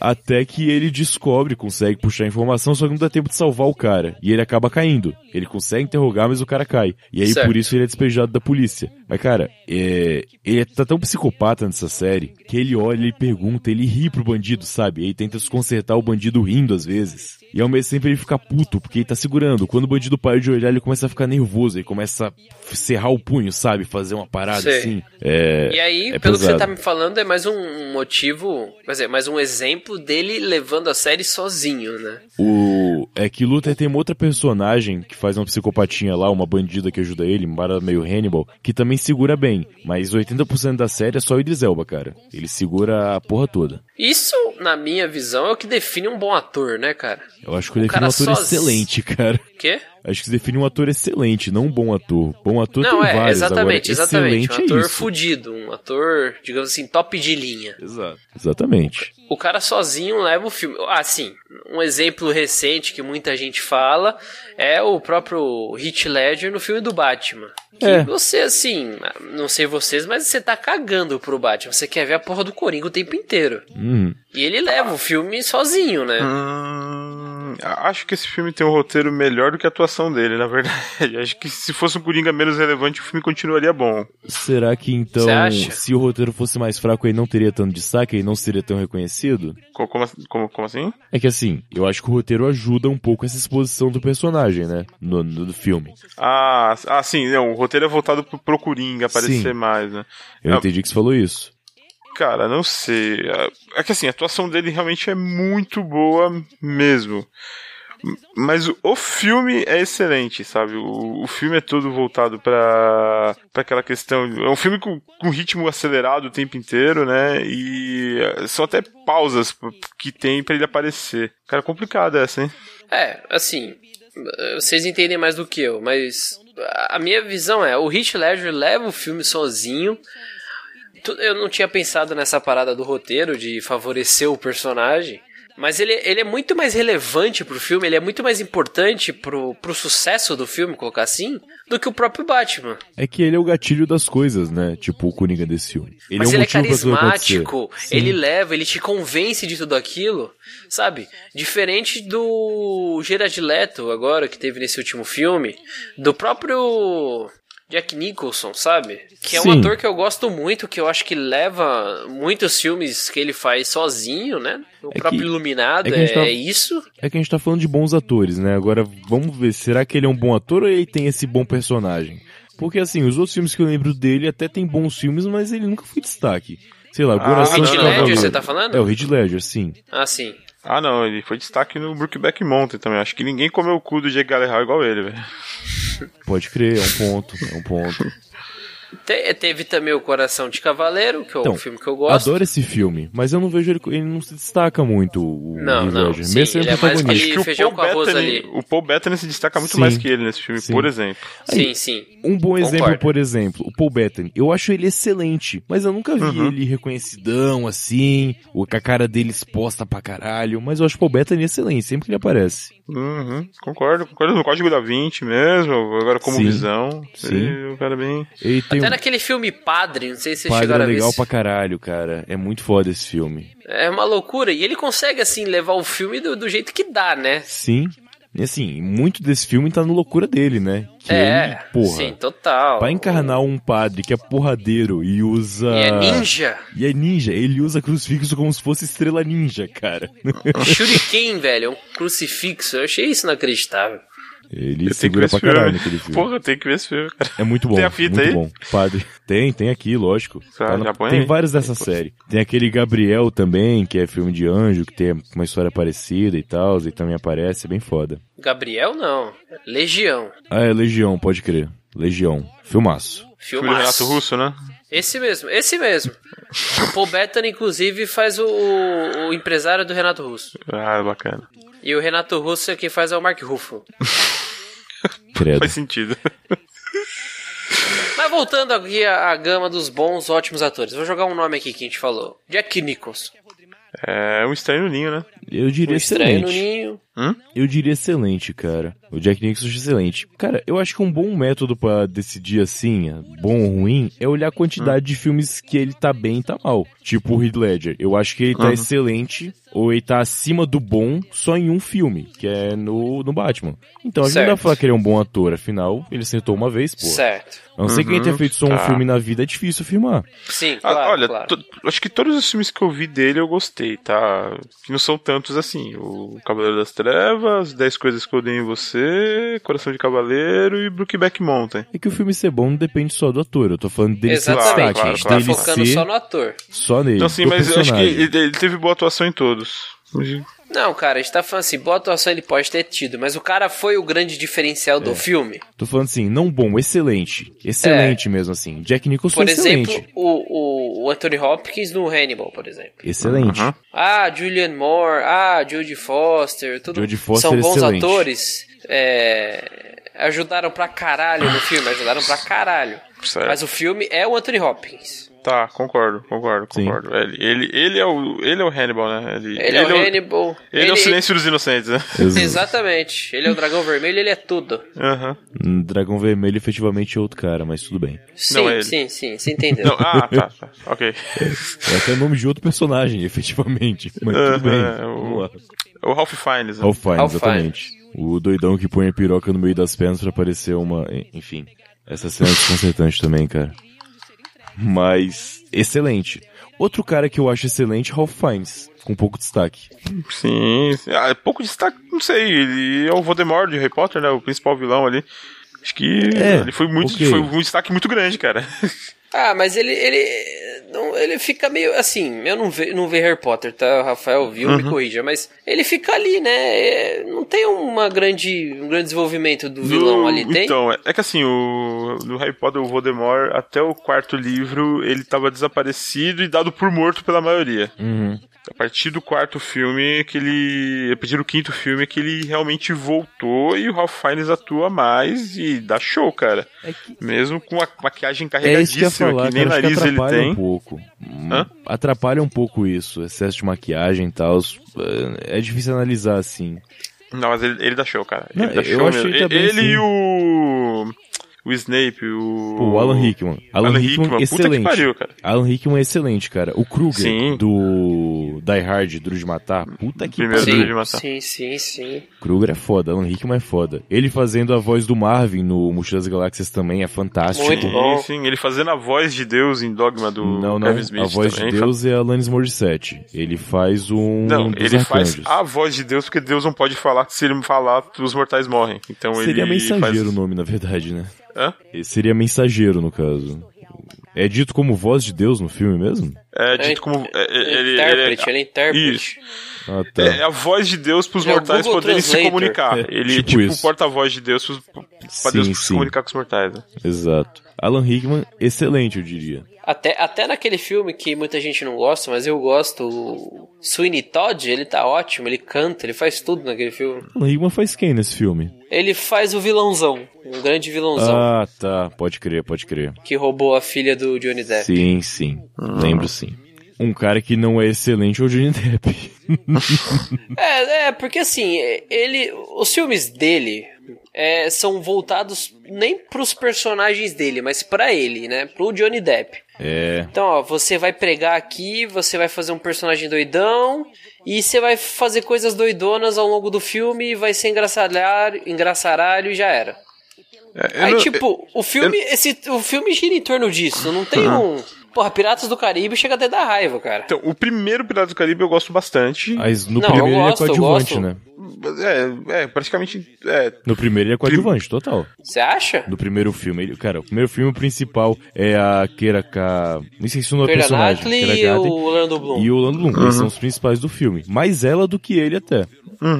[SPEAKER 2] Até que ele descobre, consegue puxar a informação, só que não dá tempo de salvar o cara. E ele acaba caindo. Ele consegue interrogar, mas o cara cai. E aí,
[SPEAKER 1] Certo.
[SPEAKER 2] por isso, ele é despejado da polícia. Mas, cara, é... ele tá tão psicopata nessa série que ele olha, ele pergunta, ele ri pro bandido, sabe? Ele tenta desconcertar o bandido rindo às vezes. E ao mesmo tempo ele fica puto, porque ele tá segurando. Quando o bandido para de olhar, ele começa a ficar nervoso, ele começa a cerrar o punho, sabe? Fazer uma parada
[SPEAKER 1] Sei.
[SPEAKER 2] assim. É.
[SPEAKER 1] e aí,
[SPEAKER 2] é
[SPEAKER 1] pelo que você
[SPEAKER 2] pesado.
[SPEAKER 1] tá me falando, é mais um- um motivo, quer dizer, mais um exemplo dele levando a série sozinho, né?
[SPEAKER 2] O... É que Luther tem uma outra personagem que faz uma psicopatinha lá, uma bandida que ajuda ele, embora meio Hannibal, que também segura bem. Mas 80% da série é só o Idris Elba, cara. Ele segura a porra toda.
[SPEAKER 1] Isso, na minha visão, é o que define um bom ator, né, cara?
[SPEAKER 2] Eu acho que ele define
[SPEAKER 1] cara
[SPEAKER 2] um ator
[SPEAKER 1] soz-
[SPEAKER 2] excelente, cara.
[SPEAKER 1] O quê?
[SPEAKER 2] Acho que define um ator excelente, não um bom ator. Bom ator
[SPEAKER 1] Não,
[SPEAKER 2] tem
[SPEAKER 1] é,
[SPEAKER 2] vários
[SPEAKER 1] exatamente,
[SPEAKER 2] agora.
[SPEAKER 1] exatamente. Um
[SPEAKER 2] Excelente é
[SPEAKER 1] ator
[SPEAKER 2] isso.
[SPEAKER 1] fudido, um ator, digamos assim, top de linha.
[SPEAKER 2] Exato. Exatamente.
[SPEAKER 1] O cara sozinho leva o filme. Ah, sim, um exemplo recente que muita gente fala é o próprio Heath Ledger no filme do Batman. Que
[SPEAKER 2] É.
[SPEAKER 1] você, assim, não sei vocês, mas você tá cagando pro Batman. Você quer ver a porra do Coringa o tempo inteiro.
[SPEAKER 2] Hum.
[SPEAKER 1] E ele leva o filme sozinho, né?
[SPEAKER 3] Hum, acho que esse filme tem um roteiro melhor do que a atuação dele, na verdade. Acho que se fosse um Coringa menos relevante, o filme continuaria bom.
[SPEAKER 2] Será que então,
[SPEAKER 1] Você acha?
[SPEAKER 2] se o roteiro fosse mais fraco, ele não teria tanto destaque, ele não seria tão reconhecido?
[SPEAKER 3] Co- Como, assim- como, como assim?
[SPEAKER 2] É que assim, eu acho que o roteiro ajuda um pouco essa exposição do personagem, né? No, no- do filme.
[SPEAKER 3] Ah, s- ah, sim, não, o roteiro é voltado pro, pro Coringa
[SPEAKER 2] Sim.
[SPEAKER 3] aparecer mais, né?
[SPEAKER 2] Eu
[SPEAKER 1] É.
[SPEAKER 3] Ah.
[SPEAKER 2] entendi que você falou isso.
[SPEAKER 3] Cara, não sei. É que assim, a atuação dele realmente é muito boa mesmo. Mas o- o filme é excelente, sabe? O, o filme é todo voltado pra pra aquela questão. É um filme com, com ritmo acelerado o tempo inteiro, né? E eh, são até pausas p- que tem pra ele aparecer. Cara, complicada essa, hein?
[SPEAKER 1] É, assim, eh, vocês entendem mais do que eu, mas a minha visão é, o Heath Ledger leva o filme sozinho. Tu- Eu não tinha pensado nessa parada do roteiro de favorecer o personagem, Mas ele, ele é muito mais relevante pro filme, ele é muito mais importante pro, pro sucesso do filme, colocar assim, do que o próprio Batman.
[SPEAKER 2] É que ele é o gatilho das coisas, né? Tipo o Coringa desse filme. Ele
[SPEAKER 1] Mas
[SPEAKER 2] é um
[SPEAKER 1] ele é
[SPEAKER 2] motivo pra tudo acontecer.
[SPEAKER 1] carismático, ele leva, ele te convence de tudo aquilo, sabe? Diferente do Gerard Leto agora, que teve nesse último filme, do próprio Jack Nicholson, sabe? Que é um
[SPEAKER 2] Sim.
[SPEAKER 1] ator que eu gosto muito, que eu acho que leva muitos filmes que ele faz sozinho, né? O
[SPEAKER 2] que-
[SPEAKER 1] próprio Iluminado
[SPEAKER 2] é
[SPEAKER 1] é,
[SPEAKER 2] que a gente tava-
[SPEAKER 1] é isso.
[SPEAKER 2] É que a gente tá falando de bons atores, né? Agora vamos ver, será que ele é um bom ator ou ele tem esse bom personagem? Porque assim, os outros filmes que eu lembro dele até tem bons filmes, mas ele nunca foi destaque. Sei lá,
[SPEAKER 3] Ah,
[SPEAKER 2] Coração
[SPEAKER 3] o
[SPEAKER 2] de
[SPEAKER 3] Heath
[SPEAKER 2] Cavaleiro.
[SPEAKER 1] Ledger, você tá falando?
[SPEAKER 2] É, o Heath Ledger, sim.
[SPEAKER 1] Ah, sim.
[SPEAKER 3] Ah, não, ele foi destaque no Brookback Mountain também. Acho que ninguém comeu o cu do Jake Gyllenhaal igual ele, velho.
[SPEAKER 2] Pode crer, é um ponto, é um ponto.
[SPEAKER 1] Te- teve também o Coração de Cavaleiro, que é
[SPEAKER 2] Então,
[SPEAKER 1] um filme que eu gosto.
[SPEAKER 2] Adoro esse filme, mas eu não vejo ele, ele não se destaca muito, o
[SPEAKER 1] Não,
[SPEAKER 2] Heath
[SPEAKER 1] não,
[SPEAKER 2] Ledger.
[SPEAKER 1] sim,
[SPEAKER 2] mesmo sendo
[SPEAKER 1] ele é mais
[SPEAKER 2] protagonista.
[SPEAKER 1] E feijão com arroz
[SPEAKER 3] Bettany,
[SPEAKER 1] ali.
[SPEAKER 3] o Paul Bettany se destaca muito
[SPEAKER 2] Sim.
[SPEAKER 3] mais que ele nesse filme,
[SPEAKER 2] Sim.
[SPEAKER 3] por exemplo.
[SPEAKER 1] Sim, sim.
[SPEAKER 2] Um bom
[SPEAKER 1] Concordo.
[SPEAKER 2] exemplo, por exemplo, o Paul Bettany. Eu acho ele excelente, mas eu nunca vi
[SPEAKER 3] Uhum.
[SPEAKER 2] ele reconhecidão assim, ou com a cara dele exposta pra caralho, mas eu acho o Paul Bettany excelente, sempre que ele aparece.
[SPEAKER 1] Né, assim,
[SPEAKER 3] Uhum, concordo, concordo. No Código da Vinci mesmo, agora como
[SPEAKER 2] Sim.
[SPEAKER 3] visão.
[SPEAKER 2] Sim.
[SPEAKER 3] Ele, é um cara bem...
[SPEAKER 2] Ele tem
[SPEAKER 1] Até
[SPEAKER 2] um
[SPEAKER 1] naquele filme Padre, não sei se vocês
[SPEAKER 2] padre é
[SPEAKER 1] chegaram a ver.
[SPEAKER 2] legal
[SPEAKER 1] esse-
[SPEAKER 2] pra caralho, cara. É muito foda esse filme.
[SPEAKER 1] É uma loucura. E ele consegue, assim, levar o filme do, do jeito que dá, né?
[SPEAKER 2] Sim. E assim, muito desse filme tá na loucura dele, né? Que
[SPEAKER 1] é,
[SPEAKER 2] ele, porra,
[SPEAKER 1] sim, total.
[SPEAKER 2] pra encarnar um padre que é porradeiro e usa...
[SPEAKER 1] E é ninja.
[SPEAKER 2] E é ninja, ele usa crucifixo como se fosse estrela ninja, cara.
[SPEAKER 1] É um Shuriken, velho. Um crucifixo. Eu achei isso inacreditável.
[SPEAKER 2] Ele
[SPEAKER 3] Eu tenho que ver
[SPEAKER 2] segura
[SPEAKER 3] esse
[SPEAKER 2] pra caralho
[SPEAKER 3] filme.
[SPEAKER 2] naquele filme.
[SPEAKER 3] Porra, tem que ver esse filme, cara.
[SPEAKER 2] É muito bom.
[SPEAKER 3] Tem a fita
[SPEAKER 2] muito
[SPEAKER 3] aí?
[SPEAKER 2] bom. Padre. Tem, tem aqui, lógico.
[SPEAKER 3] Tá,
[SPEAKER 2] na-
[SPEAKER 3] já põe
[SPEAKER 2] tem
[SPEAKER 3] aí.
[SPEAKER 2] vários dessa série. Tem aquele Gabriel também, que é filme de anjo, que tem uma história parecida e tal, e também aparece, é bem foda.
[SPEAKER 1] Gabriel, não. Legião.
[SPEAKER 2] Ah, é Legião, pode crer. Legião. Filmaço.
[SPEAKER 3] Filme do Renato
[SPEAKER 1] Filmaço.
[SPEAKER 3] Russo, né?
[SPEAKER 1] Esse mesmo, esse mesmo. o Paul Bettany, inclusive, faz o, o empresário do Renato Russo.
[SPEAKER 3] Ah, bacana.
[SPEAKER 1] E o Renato Russo é quem faz é o Mark Ruffalo.
[SPEAKER 2] Credo.
[SPEAKER 3] Faz sentido.
[SPEAKER 1] Mas voltando aqui à, à gama dos bons, ótimos atores. Vou jogar um nome aqui que a gente falou. Jack Nicholson.
[SPEAKER 3] É um estranho no ninho, né?
[SPEAKER 2] Eu diria
[SPEAKER 1] O Estranho no
[SPEAKER 2] excelente.
[SPEAKER 1] Ninho.
[SPEAKER 2] Eu diria excelente, cara. O Jack Nicholson é excelente. Cara, eu acho que um bom método pra decidir assim, bom ou ruim, é olhar a quantidade de filmes que ele tá bem e tá mal. Tipo o Heath Ledger. Eu acho que ele tá
[SPEAKER 3] Uhum.
[SPEAKER 2] excelente ou ele tá acima do bom só em um filme, que é no, no Batman. Então, a gente não
[SPEAKER 1] Certo.
[SPEAKER 2] dá pra falar que ele é um bom ator, afinal, ele sentou uma vez, pô.
[SPEAKER 1] Certo.
[SPEAKER 2] A não ser que ele tenha
[SPEAKER 3] Uhum,
[SPEAKER 2] feito só um
[SPEAKER 3] tá.
[SPEAKER 2] filme na vida, é difícil afirmar.
[SPEAKER 1] Sim,
[SPEAKER 3] Ah,
[SPEAKER 1] claro,
[SPEAKER 3] Olha,
[SPEAKER 1] claro.
[SPEAKER 3] to- acho que todos os filmes que eu vi dele eu gostei, tá? Que não são tantos assim. O Cavaleiro das Trevas, 10 Coisas que Eu Odeio em Você, Coração de Cavaleiro e Brookback Mountain.
[SPEAKER 2] É que o filme ser bom não depende só do ator, eu tô falando dele ser
[SPEAKER 1] Exatamente,
[SPEAKER 2] destaque,
[SPEAKER 1] a
[SPEAKER 3] claro,
[SPEAKER 1] gente
[SPEAKER 3] claro,
[SPEAKER 1] tá
[SPEAKER 2] dele
[SPEAKER 1] focando
[SPEAKER 2] ser
[SPEAKER 1] só no ator.
[SPEAKER 2] só nele,
[SPEAKER 3] Então, assim,
[SPEAKER 2] do
[SPEAKER 3] mas eu acho que
[SPEAKER 2] personagem.
[SPEAKER 3] ele, ele teve boa atuação em todos.
[SPEAKER 1] Não, cara, a gente tá falando assim, boa atuação ele pode ter tido, mas o cara foi o grande diferencial
[SPEAKER 2] É.
[SPEAKER 1] do filme.
[SPEAKER 2] Tô falando assim, não bom, excelente. Excelente mesmo, assim. Jack Nicholson
[SPEAKER 1] Por
[SPEAKER 2] excelente.
[SPEAKER 1] exemplo, o, o, o Anthony Hopkins no Hannibal, por exemplo.
[SPEAKER 2] Excelente.
[SPEAKER 3] Aham.
[SPEAKER 1] Ah, Julian Moore, ah, Jodie Foster, tudo
[SPEAKER 2] Jodie Foster
[SPEAKER 1] são bons
[SPEAKER 2] excelente.
[SPEAKER 1] atores. é, ajudaram pra caralho no filme, ajudaram pra caralho.
[SPEAKER 3] Certo.
[SPEAKER 1] Mas o filme é o Anthony Hopkins.
[SPEAKER 3] Tá, concordo, concordo,
[SPEAKER 2] Sim.
[SPEAKER 3] concordo. Ele, ele, ele, é o, ele é o Hannibal, né? Ele,
[SPEAKER 1] Ele, é o Hannibal.
[SPEAKER 3] Ele, é o Silêncio dos Inocentes, né?
[SPEAKER 1] Exatamente. Ele é o Dragão Vermelho, ele é tudo.
[SPEAKER 3] Aham.
[SPEAKER 2] Hum, Dragão Vermelho efetivamente é outro cara, mas tudo bem.
[SPEAKER 1] Sim,
[SPEAKER 3] Não, é ele.
[SPEAKER 1] sim, sim, você entendeu.
[SPEAKER 3] Não, ah, tá, tá. Ok.
[SPEAKER 2] É até o nome de outro personagem, efetivamente. Mas tudo bem.
[SPEAKER 3] É, o-
[SPEAKER 2] Vamos lá.
[SPEAKER 3] O Ralph Fiennes, né?
[SPEAKER 2] Ralph Fiennes,
[SPEAKER 1] Ralph
[SPEAKER 2] exatamente. O doidão que põe a piroca no meio das pernas pra parecer uma. Enfim. Essa cena é desconcertante também, cara. Mas. Excelente. Outro cara que eu acho excelente, é Ralph Fiennes. Com pouco destaque.
[SPEAKER 3] Sim, sim. Ah, é pouco destaque, não sei. Ele é o Voldemort de Harry Potter, né? O principal vilão ali. Acho que
[SPEAKER 2] É,
[SPEAKER 3] ele foi muito.
[SPEAKER 2] ok.
[SPEAKER 3] Foi um destaque muito grande, cara.
[SPEAKER 1] Ah, mas ele ele não, ele fica meio assim, eu não ve, não vejo Harry Potter, tá? O Rafael viu,
[SPEAKER 3] Uhum.
[SPEAKER 1] me corrija, mas ele fica ali, né? É, não tem uma grande um grande desenvolvimento do vilão
[SPEAKER 3] No-
[SPEAKER 1] ali, tem?
[SPEAKER 3] Então, é, é que assim, o no, no Harry Potter, o Voldemort, até o quarto livro, ele tava desaparecido e dado por morto pela maioria.
[SPEAKER 2] Uhum.
[SPEAKER 3] A partir do quarto filme que ele. A partir do quinto filme que ele realmente voltou e o Ralph Fiennes atua mais e dá show, cara. Mesmo com a maquiagem
[SPEAKER 2] É isso que eu ia
[SPEAKER 3] carregadíssima,
[SPEAKER 2] falar,
[SPEAKER 3] que nem
[SPEAKER 2] cara, acho que
[SPEAKER 3] nariz ele
[SPEAKER 2] atrapalha
[SPEAKER 3] tem.
[SPEAKER 2] um pouco.
[SPEAKER 3] Hã?
[SPEAKER 2] Atrapalha um pouco isso, excesso de maquiagem e tal. É difícil analisar assim.
[SPEAKER 3] Não, mas ele, ele dá show, cara. Ele
[SPEAKER 2] Não,
[SPEAKER 3] dá
[SPEAKER 2] eu
[SPEAKER 3] show
[SPEAKER 2] achei
[SPEAKER 3] mesmo.
[SPEAKER 2] também,
[SPEAKER 3] ele
[SPEAKER 2] sim.
[SPEAKER 3] e o. O Snape, o.
[SPEAKER 2] Pô, o Alan Rickman. Alan,
[SPEAKER 3] Alan
[SPEAKER 2] Rickman,
[SPEAKER 3] Rickman, puta que
[SPEAKER 2] excelente.
[SPEAKER 3] pariu, cara.
[SPEAKER 2] Alan Rickman é excelente, cara. O Kruger
[SPEAKER 3] Sim.
[SPEAKER 2] do Die Hard, Duro de Matar, puta que
[SPEAKER 3] Primeiro
[SPEAKER 2] pariu.
[SPEAKER 3] Duro é de Matar.
[SPEAKER 1] sim, sim, sim.
[SPEAKER 2] Kruger é foda, Alan Rickman é foda. Ele fazendo a voz do Marvin no Mochila das Galáxias também é fantástico.
[SPEAKER 1] Muito bom.
[SPEAKER 3] Sim, sim, ele fazendo a voz de Deus em Dogma do
[SPEAKER 2] Não, não,
[SPEAKER 3] Kevin Smith
[SPEAKER 2] a voz
[SPEAKER 3] também.
[SPEAKER 2] de Deus é Alanis Morissette. Ele faz um
[SPEAKER 3] Não,
[SPEAKER 2] dos
[SPEAKER 3] ele faz
[SPEAKER 2] arcanjos.
[SPEAKER 3] a voz de Deus porque Deus não pode falar. Se ele falar, os mortais morrem. Então
[SPEAKER 2] Seria
[SPEAKER 3] ele
[SPEAKER 2] mensageiro o
[SPEAKER 3] faz...
[SPEAKER 2] nome, na verdade, né?
[SPEAKER 3] Hã?
[SPEAKER 2] Ele Seria mensageiro, no caso. É dito como voz de Deus no filme mesmo?
[SPEAKER 3] É dito como. É, é- ele- ele é-
[SPEAKER 1] intérprete, ele é intérprete.
[SPEAKER 3] Isso.
[SPEAKER 2] Ah, tá.
[SPEAKER 3] é a voz de Deus pros
[SPEAKER 1] Ele é o
[SPEAKER 3] mortais
[SPEAKER 1] Google
[SPEAKER 3] poderem se
[SPEAKER 1] Translator.
[SPEAKER 3] comunicar.
[SPEAKER 2] É,
[SPEAKER 3] Ele é
[SPEAKER 2] tipo
[SPEAKER 3] tipo,
[SPEAKER 2] isso.
[SPEAKER 3] o porta-voz de Deus pros, pra Deus
[SPEAKER 2] Sim,
[SPEAKER 3] se
[SPEAKER 2] sim.
[SPEAKER 3] comunicar com os mortais. né?
[SPEAKER 1] É.
[SPEAKER 2] Exato. Alan Rickman, excelente, eu diria.
[SPEAKER 1] Até, até naquele filme que muita gente não gosta, mas eu gosto, o Sweeney Todd, ele tá ótimo, ele canta, ele faz tudo naquele filme.
[SPEAKER 2] Alan Rickman faz quem nesse filme?
[SPEAKER 1] Ele faz o vilãozão, um grande vilãozão,
[SPEAKER 2] Ah, tá. Pode crer, pode crer.
[SPEAKER 1] que roubou a filha do Johnny Depp.
[SPEAKER 2] Sim, sim. Lembro sim. Um cara que não é excelente é o Johnny Depp.
[SPEAKER 1] É, é, porque assim, ele. Os filmes dele é, são voltados nem pros personagens dele, mas pra ele, né? Pro Johnny Depp.
[SPEAKER 2] É.
[SPEAKER 1] Então, ó, você vai pregar aqui, você vai fazer um personagem doidão, e você vai fazer coisas doidonas ao longo do filme, e vai ser engraçalhar, engraçaralho e já era.
[SPEAKER 3] É, eu
[SPEAKER 1] Aí,
[SPEAKER 3] não-
[SPEAKER 1] tipo, o filme. Esse, o filme gira em torno disso. Não tem um. Porra, Piratas do Caribe chega até dar raiva, cara.
[SPEAKER 3] Então, o primeiro Pirata do Caribe eu gosto bastante.
[SPEAKER 2] Mas no
[SPEAKER 1] Não, eu
[SPEAKER 2] primeiro
[SPEAKER 1] gosto, eu
[SPEAKER 2] ele é coadjuvante,
[SPEAKER 1] gosto.
[SPEAKER 2] né?
[SPEAKER 3] É, é, praticamente. É,
[SPEAKER 2] No primeiro ele é coadjuvante, total.
[SPEAKER 1] Você acha?
[SPEAKER 2] No primeiro filme, ele, cara, o primeiro filme principal é a Keira K. Me esqueci o nome da
[SPEAKER 1] Keira
[SPEAKER 2] personagem.
[SPEAKER 1] Knightley
[SPEAKER 2] Keira
[SPEAKER 1] e
[SPEAKER 2] Knightley
[SPEAKER 1] o Orlando Bloom.
[SPEAKER 2] E o Lando Bloom, eles são os principais do filme. Mais ela do que ele até.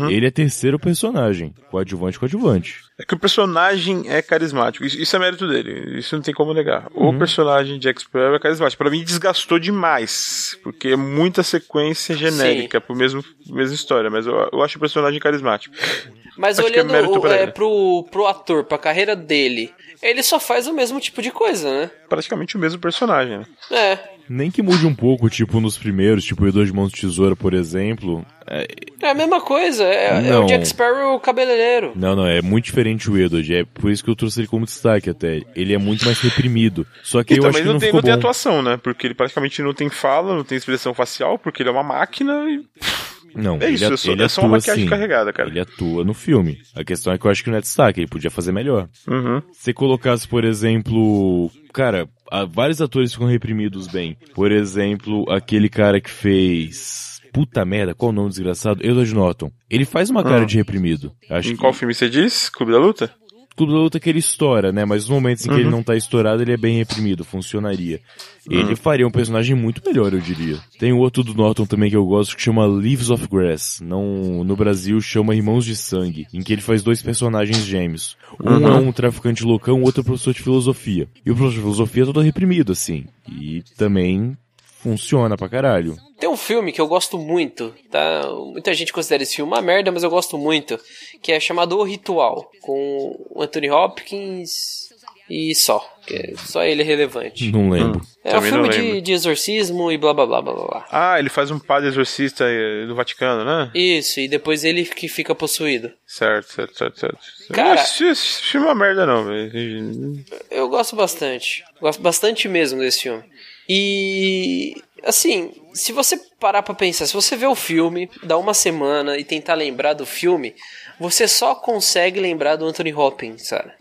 [SPEAKER 2] Ele é terceiro personagem. Coadjuvante, coadjuvante.
[SPEAKER 3] É que o personagem é carismático. Isso, isso é mérito dele. Isso não tem como negar.
[SPEAKER 2] Uhum.
[SPEAKER 3] O personagem de Jack Sparrow é carismático. Pra mim, desgastou demais. Porque é muita sequência genérica pro mesmo mesma história. Mas eu, eu acho o personagem carismático.
[SPEAKER 1] Mas
[SPEAKER 3] Acho que é
[SPEAKER 1] olhando
[SPEAKER 3] mérito
[SPEAKER 1] o-
[SPEAKER 3] pra
[SPEAKER 1] é,
[SPEAKER 3] ele.
[SPEAKER 1] pro, pro ator, pra carreira dele, ele só faz o mesmo tipo de coisa, né?
[SPEAKER 3] Praticamente o mesmo personagem, né?
[SPEAKER 1] É.
[SPEAKER 2] Nem que mude um pouco, tipo, nos primeiros, tipo, o Dois Mãos de Tesoura, por exemplo. É-
[SPEAKER 1] É a mesma coisa. É, é
[SPEAKER 2] Não.
[SPEAKER 1] o Jack Sparrow cabeleireiro.
[SPEAKER 2] Não, não, é muito diferente o Edward. É por isso que eu trouxe ele como destaque até. Ele é muito mais reprimido. Só que
[SPEAKER 3] E
[SPEAKER 2] eu acho
[SPEAKER 3] também
[SPEAKER 2] que não
[SPEAKER 3] Então, não tem,
[SPEAKER 2] ficou
[SPEAKER 3] não tem
[SPEAKER 2] bom.
[SPEAKER 3] atuação, né? Porque ele praticamente não tem fala, não tem expressão facial, porque ele é uma máquina e
[SPEAKER 2] Não,
[SPEAKER 3] É isso,
[SPEAKER 2] ele,
[SPEAKER 3] é só-
[SPEAKER 2] ele
[SPEAKER 3] é só uma
[SPEAKER 2] atua
[SPEAKER 3] maquiagem
[SPEAKER 2] sim.
[SPEAKER 3] carregada, cara.
[SPEAKER 2] Ele atua no filme. A questão é que eu acho que não é destaque, ele podia fazer melhor.
[SPEAKER 3] Uhum.
[SPEAKER 2] Se colocasse, por exemplo, cara, há vários atores ficam reprimidos bem. Por exemplo, aquele cara que fez Puta merda, qual o nome desgraçado? Edward Norton. Ele faz uma cara
[SPEAKER 3] Ah.
[SPEAKER 2] de reprimido. Acho
[SPEAKER 3] Em
[SPEAKER 2] que
[SPEAKER 3] qual filme você diz? Clube da Luta?
[SPEAKER 2] Clube da Luta que ele estoura, né? Mas nos momentos em que ele não tá estourado, ele é bem reprimido, funcionaria. Ele faria um personagem muito melhor, eu diria. Tem um outro do Norton também que eu gosto que chama Leaves of Grass. Não, no Brasil chama Irmãos de Sangue, em que ele faz dois personagens gêmeos. Um é um traficante loucão, o outro é um professor de filosofia. E o professor de filosofia é todo reprimido, assim. E também funciona pra caralho.
[SPEAKER 1] Tem um filme que eu gosto muito, tá? Muita gente considera esse filme uma merda, mas eu gosto muito. Que é chamado O Ritual, com o Anthony Hopkins e só. Que é- só ele é relevante.
[SPEAKER 2] Não lembro.
[SPEAKER 1] É um
[SPEAKER 3] Também não
[SPEAKER 1] filme de,
[SPEAKER 3] lembro.
[SPEAKER 1] de exorcismo e blá blá blá blá blá.
[SPEAKER 3] Ah, ele faz um padre exorcista eh, no Vaticano, né?
[SPEAKER 1] Isso, e depois ele que fica possuído.
[SPEAKER 3] Certo, certo, certo, certo.
[SPEAKER 1] Cara-
[SPEAKER 3] Esse, esse filme é uma merda, não, velho.
[SPEAKER 1] Eu gosto bastante. Gosto bastante mesmo desse filme. E. Assim, se você parar pra pensar, se você vê o filme, dá uma semana e tentar lembrar do filme, você só consegue lembrar do Anthony Hopkins, cara.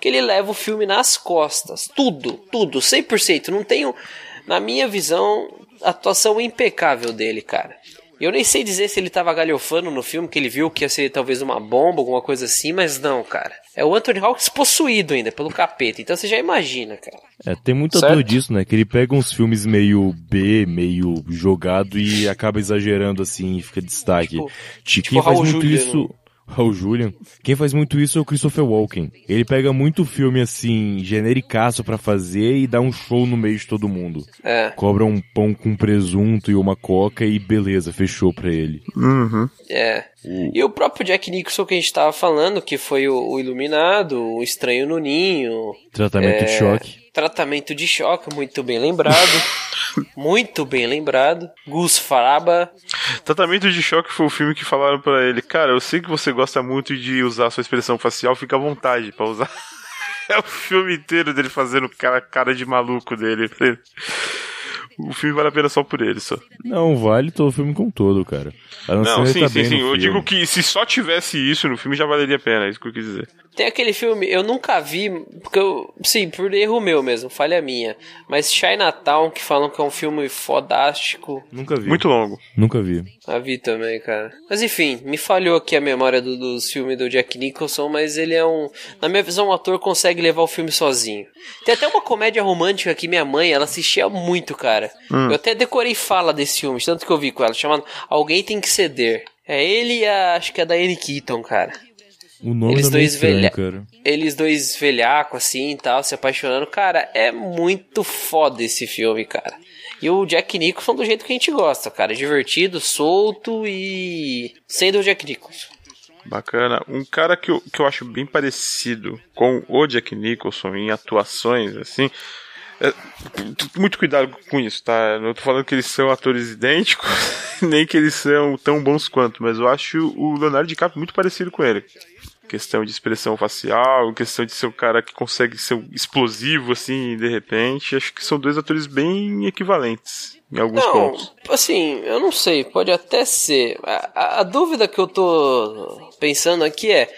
[SPEAKER 1] Que ele leva o filme nas costas. Tudo, tudo, 100%. Não tenho, na minha visão, a atuação impecável dele, cara. Eu nem sei dizer se ele tava galhofando no filme, que ele viu que ia ser talvez uma bomba, alguma coisa assim, mas não, cara. É o Anthony Hawkins possuído ainda pelo capeta, então você já imagina, cara.
[SPEAKER 2] É, tem muito ator
[SPEAKER 1] Certo?
[SPEAKER 2] disso, né? Que ele pega uns filmes meio B, meio jogado e acaba exagerando assim e fica destaque.
[SPEAKER 1] Tipo-
[SPEAKER 2] Tiquinho
[SPEAKER 1] tipo
[SPEAKER 2] faz
[SPEAKER 1] Raul
[SPEAKER 2] muito
[SPEAKER 1] Julia
[SPEAKER 2] isso. Raul Julian. Quem faz muito isso é o Christopher Walken. Ele pega muito filme assim, genericaço pra fazer e dá um show no meio de todo mundo.
[SPEAKER 1] É.
[SPEAKER 2] Cobra um pão com presunto e uma coca e beleza, fechou pra ele.
[SPEAKER 3] Uhum.
[SPEAKER 1] É. E o próprio Jack Nicholson que a gente tava falando, que foi o, o Iluminado, o Estranho no Ninho,
[SPEAKER 2] Tratamento de
[SPEAKER 1] É.
[SPEAKER 2] choque.
[SPEAKER 1] Tratamento de Choque, muito bem lembrado. muito bem lembrado. Gus Faraba.
[SPEAKER 3] Tratamento de Choque foi o filme que falaram pra ele, cara, eu sei que você gosta muito de usar sua expressão facial, fica à vontade pra usar. É o filme inteiro dele fazendo cara, cara de maluco dele. O filme vale a pena só por ele, só.
[SPEAKER 2] Não, vale todo o filme como um todo, cara. A Dan
[SPEAKER 3] Não,
[SPEAKER 2] Sandler
[SPEAKER 3] sim,
[SPEAKER 2] tá
[SPEAKER 3] sim,
[SPEAKER 2] bem
[SPEAKER 3] sim.
[SPEAKER 2] no
[SPEAKER 3] Eu
[SPEAKER 2] filme.
[SPEAKER 3] digo que se só tivesse isso no filme já valeria a pena, é isso que eu quis dizer.
[SPEAKER 1] Tem aquele filme, eu nunca vi, porque eu, sim, por erro meu mesmo, falha minha. Mas Chinatown, que falam que é um filme fodástico,
[SPEAKER 2] Nunca vi.
[SPEAKER 3] Muito longo.
[SPEAKER 2] Nunca vi.
[SPEAKER 1] Ah, vi também, cara. Mas enfim, me falhou aqui a memória do, dos filmes do Jack Nicholson, mas ele é um. Na minha visão, um ator consegue levar o filme sozinho. Tem até uma comédia romântica que minha mãe, ela assistia muito, cara. Eu até decorei fala desse filme, de tanto que eu vi com ela, chamado Alguém Tem Que Ceder. É ele e a. Acho que é a Diane Keaton, cara.
[SPEAKER 2] O nome
[SPEAKER 1] Eles
[SPEAKER 2] da
[SPEAKER 1] dois velha-
[SPEAKER 2] cara.
[SPEAKER 1] Eles dois velhaco assim e tal, se apaixonando. Cara, é muito foda esse filme, cara. E o Jack Nicholson do jeito que a gente gosta, cara. Divertido, solto e. sendo o Jack Nicholson.
[SPEAKER 3] Bacana. Um cara que eu, que eu acho bem parecido com o Jack Nicholson em atuações, assim. é, t- muito cuidado com isso, tá? Não tô falando que eles são atores idênticos, nem que eles são tão bons quanto, mas eu acho o Leonardo DiCaprio muito parecido com ele. Questão de expressão facial, questão de ser um cara que consegue ser um explosivo, assim, de repente. Acho que são dois atores bem equivalentes em alguns
[SPEAKER 1] Não,
[SPEAKER 3] pontos.
[SPEAKER 1] assim, eu não sei, pode até ser. A, a- a dúvida que eu tô pensando aqui é: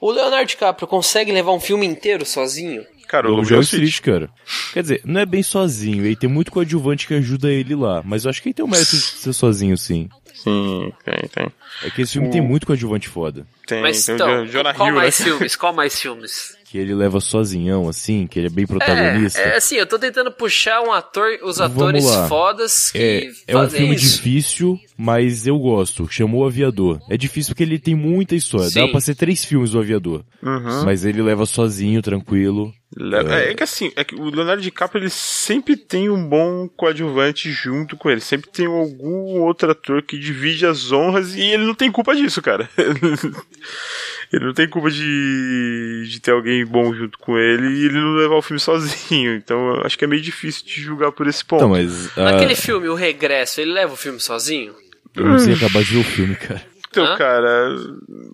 [SPEAKER 1] o Leonardo DiCaprio consegue levar um filme inteiro sozinho?
[SPEAKER 3] Cara, o
[SPEAKER 2] Lobo
[SPEAKER 3] Lobo
[SPEAKER 2] de Wall
[SPEAKER 3] Wall Street.
[SPEAKER 2] Street, cara. Quer dizer, não é bem sozinho. Ele tem muito coadjuvante que ajuda ele lá. Mas eu acho que ele tem o mérito de ser sozinho, sim.
[SPEAKER 3] Sim, tem, tem.
[SPEAKER 2] É que esse filme tem muito coadjuvante foda.
[SPEAKER 3] Tem,
[SPEAKER 1] Mas
[SPEAKER 3] tem o
[SPEAKER 1] então,
[SPEAKER 3] É, Jo- Jonah
[SPEAKER 1] qual
[SPEAKER 3] Hill, né?
[SPEAKER 1] mais filmes? Qual mais filmes?
[SPEAKER 2] Que ele leva sozinhão, assim, que ele é bem protagonista.
[SPEAKER 1] É, é assim, eu tô tentando puxar um ator, os
[SPEAKER 2] Vamos
[SPEAKER 1] atores
[SPEAKER 2] lá.
[SPEAKER 1] fodas que
[SPEAKER 2] É, é um
[SPEAKER 1] fazem
[SPEAKER 2] filme
[SPEAKER 1] isso.
[SPEAKER 2] difícil, mas eu gosto. Chamou o Aviador. É difícil porque ele tem muita história.
[SPEAKER 1] Sim.
[SPEAKER 2] Dá pra ser três filmes do Aviador. Mas ele leva sozinho, tranquilo.
[SPEAKER 3] Le- É, é que assim, é que o Leonardo DiCaprio ele sempre tem um bom coadjuvante junto com ele, sempre tem algum outro ator que divide as honras e ele não tem culpa disso, cara. ele não tem culpa de, de ter alguém bom junto com ele e ele não levar o filme sozinho. Então eu acho que é meio difícil de julgar por esse ponto.
[SPEAKER 2] Então, mas. ah,
[SPEAKER 1] Naquele filme, O Regresso, ele leva o filme sozinho?
[SPEAKER 2] eu não sei acabar de ver o filme, cara.
[SPEAKER 3] Então,
[SPEAKER 1] Hã?
[SPEAKER 3] cara,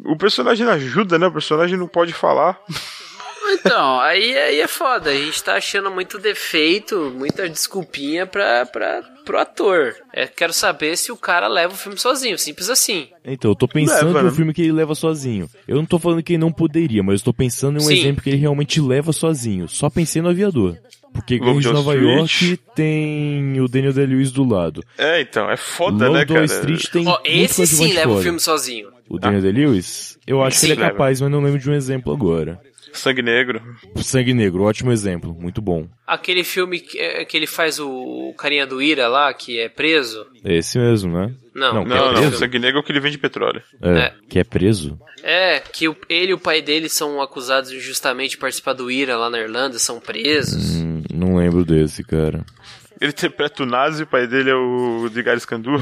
[SPEAKER 3] o personagem ajuda, né? O personagem não pode falar.
[SPEAKER 1] Então, aí, aí é foda. A gente tá achando muito defeito, muita desculpinha pra, pra, pro ator. É, quero saber se o cara leva o filme sozinho, simples assim.
[SPEAKER 2] Então, eu tô pensando
[SPEAKER 3] Leva,
[SPEAKER 2] no
[SPEAKER 3] né?
[SPEAKER 2] filme que ele leva sozinho. Eu não tô falando que ele não poderia, mas eu tô pensando em um
[SPEAKER 1] Sim.
[SPEAKER 2] exemplo que ele realmente leva sozinho. Só pensei no aviador. Porque
[SPEAKER 3] Lobo
[SPEAKER 2] Gangs
[SPEAKER 3] de
[SPEAKER 2] de Nova
[SPEAKER 3] Wall
[SPEAKER 2] York
[SPEAKER 3] Street.
[SPEAKER 2] tem o Daniel Day-Lewis do lado.
[SPEAKER 3] É, então, é foda,
[SPEAKER 2] Lobo
[SPEAKER 3] né,
[SPEAKER 2] de Wall
[SPEAKER 3] cara? Ah.
[SPEAKER 2] Street tem
[SPEAKER 1] Ó,
[SPEAKER 2] muito
[SPEAKER 1] esse sim
[SPEAKER 2] coadjuvante
[SPEAKER 1] leva o
[SPEAKER 2] foda.
[SPEAKER 1] filme sozinho.
[SPEAKER 2] O Daniel Day-Lewis? Eu acho
[SPEAKER 1] Sim,
[SPEAKER 2] que ele é
[SPEAKER 3] leva.
[SPEAKER 2] capaz, mas não lembro de um exemplo agora.
[SPEAKER 3] Sangue Negro.
[SPEAKER 2] Sangue Negro, ótimo exemplo, muito bom.
[SPEAKER 1] Aquele filme que, é, que ele faz o, o carinha do Ira lá, que é preso.
[SPEAKER 2] É esse mesmo, né?
[SPEAKER 1] Não,
[SPEAKER 2] Não,
[SPEAKER 1] é
[SPEAKER 3] Não,
[SPEAKER 1] outro
[SPEAKER 3] não,
[SPEAKER 1] filme.
[SPEAKER 3] Sangue Negro é o que ele vende petróleo.
[SPEAKER 2] É,
[SPEAKER 1] É.
[SPEAKER 2] Que é preso?
[SPEAKER 1] É, que o- ele e o pai dele são acusados injustamente de participar do Ira lá na Irlanda, são presos.
[SPEAKER 2] Hum, não lembro desse, cara.
[SPEAKER 3] Ele interpreta o Nazi, o pai dele é o É, de Escandu.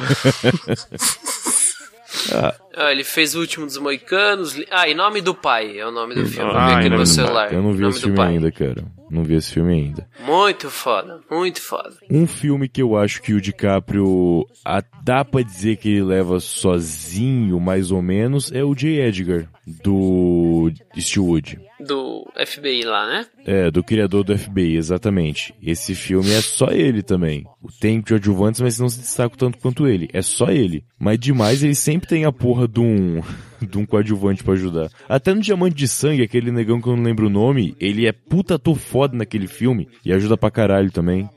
[SPEAKER 1] Ah, ele fez o último dos moicanos. li- Ah, em nome do pai é o nome do filme.
[SPEAKER 3] Ah,
[SPEAKER 1] eu vi aqui
[SPEAKER 3] Em
[SPEAKER 1] no
[SPEAKER 3] Nome
[SPEAKER 1] meu
[SPEAKER 3] do
[SPEAKER 1] celular.
[SPEAKER 2] Eu não vi
[SPEAKER 1] Nome
[SPEAKER 2] esse
[SPEAKER 1] do
[SPEAKER 2] filme
[SPEAKER 1] pai.
[SPEAKER 2] ainda, cara. Não vi esse filme ainda.
[SPEAKER 1] Muito foda, muito foda.
[SPEAKER 2] Um filme que eu acho que o DiCaprio ah, dá pra dizer que ele leva sozinho, mais ou menos, é o J. Edgar, do Eastwood.
[SPEAKER 1] Do FBI lá, né?
[SPEAKER 2] É, do criador do FBI, exatamente. Esse filme é só ele também. Tem coadjuvantes, mas não se destacam tanto quanto ele. É só ele. Mas demais, ele sempre tem a porra de um, de um coadjuvante pra ajudar. Até no Diamante de Sangue, aquele negão que eu não lembro o nome, ele é puta ator foda naquele filme e ajuda pra caralho também.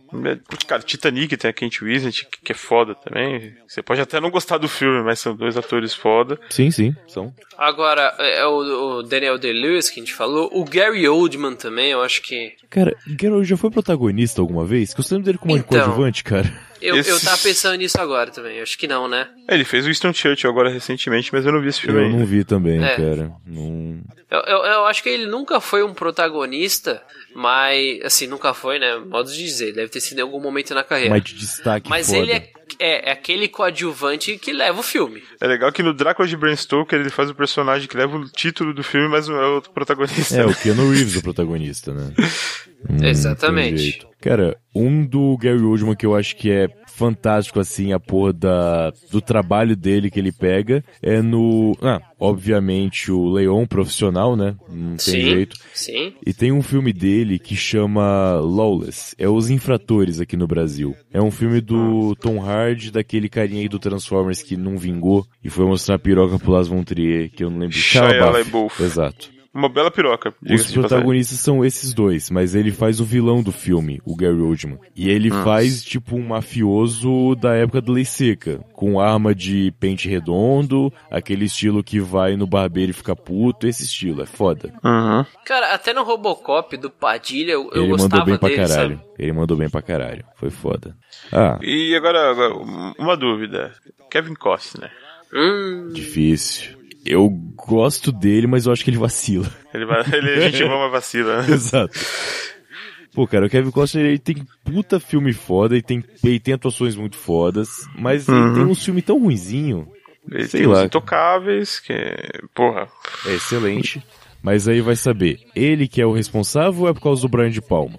[SPEAKER 3] Cara, Titanic tem a Kent Winslet, que- que é foda também. Você pode até não gostar do filme, mas são dois atores foda.
[SPEAKER 2] Sim, sim, são.
[SPEAKER 1] Agora, é o, o Daniel Day-Lewis que a gente falou. O Gary Oldman também, eu acho que.
[SPEAKER 2] Cara, Geralt já foi protagonista alguma vez? Que eu sempre dele como
[SPEAKER 1] Então.
[SPEAKER 2] coadjuvante, cara.
[SPEAKER 1] Eu, eu
[SPEAKER 3] Esses-
[SPEAKER 1] tava pensando nisso agora também. Eu acho que não, né?
[SPEAKER 3] É, Ele fez o Winston Churchill agora recentemente, mas eu não vi esse filme
[SPEAKER 2] Eu
[SPEAKER 3] ainda.
[SPEAKER 2] não vi também,
[SPEAKER 1] É.
[SPEAKER 2] cara. Não...
[SPEAKER 1] Eu, eu, eu acho que ele nunca foi um protagonista, mas. Assim, nunca foi, né? Modo de dizer. Deve ter sido em algum momento na carreira.
[SPEAKER 2] Mas
[SPEAKER 1] É. Mas,
[SPEAKER 2] de destaque
[SPEAKER 1] ele
[SPEAKER 2] foda.
[SPEAKER 1] é, é, é aquele coadjuvante que leva o filme.
[SPEAKER 2] Hum,
[SPEAKER 3] É legal que no Drácula de Bram Stoker ele faz o personagem que leva o título do filme, mas não é o protagonista.
[SPEAKER 2] É, o Keanu Reeves é o protagonista, né? Hum, tem
[SPEAKER 1] Exatamente.
[SPEAKER 2] jeito. Cara, um do Gary Oldman que eu acho que é fantástico, assim, a porra da, do trabalho dele que ele pega é no... Ah, obviamente o Leon, profissional, né? Não tem
[SPEAKER 1] Sim.
[SPEAKER 2] jeito.
[SPEAKER 1] Sim.
[SPEAKER 2] E tem um filme dele que chama Lawless. É Os Infratores aqui no Brasil. É um filme do Tom Hardy, daquele carinha aí do Transformers que não vingou e foi mostrar a piroca pro Las Von Trier, que eu não lembro.
[SPEAKER 3] Shia
[SPEAKER 2] Shia LaBeouf.
[SPEAKER 3] LaBeouf.
[SPEAKER 2] Exato.
[SPEAKER 3] Uma bela piroca.
[SPEAKER 2] Os
[SPEAKER 3] diga-se de passagem.
[SPEAKER 2] protagonistas são esses dois, mas ele faz o vilão do filme, o Gary Oldman. E ele faz, tipo, um mafioso da época da Lei Seca, com arma de pente redondo, aquele estilo que vai no barbeiro e fica puto, esse estilo, é foda.
[SPEAKER 3] Uhum.
[SPEAKER 1] Cara, até no Robocop do Padilha eu, eu
[SPEAKER 2] ele
[SPEAKER 1] gostava
[SPEAKER 2] mandou bem pra
[SPEAKER 1] dele,
[SPEAKER 2] caralho.
[SPEAKER 1] sabe?
[SPEAKER 2] Ele mandou bem pra caralho. Foi foda. Ah,
[SPEAKER 3] E agora, agora, uma dúvida. Kevin Costner,
[SPEAKER 1] Hum,
[SPEAKER 2] difícil. Eu gosto dele, mas eu acho que ele vacila.
[SPEAKER 3] ele, vai, ele a gente ama vacila. né?
[SPEAKER 2] Exato. Pô, cara, o Kevin Costner, ele tem puta filme foda e tem, ele tem atuações muito fodas, mas ele tem um filme tão ruinzinho.
[SPEAKER 3] Ele
[SPEAKER 2] Sei
[SPEAKER 3] tem os
[SPEAKER 2] lá.
[SPEAKER 3] intocáveis, que. Porra.
[SPEAKER 2] É excelente. Mas aí vai saber, ele que é o responsável ou é por causa do Brian de Palma?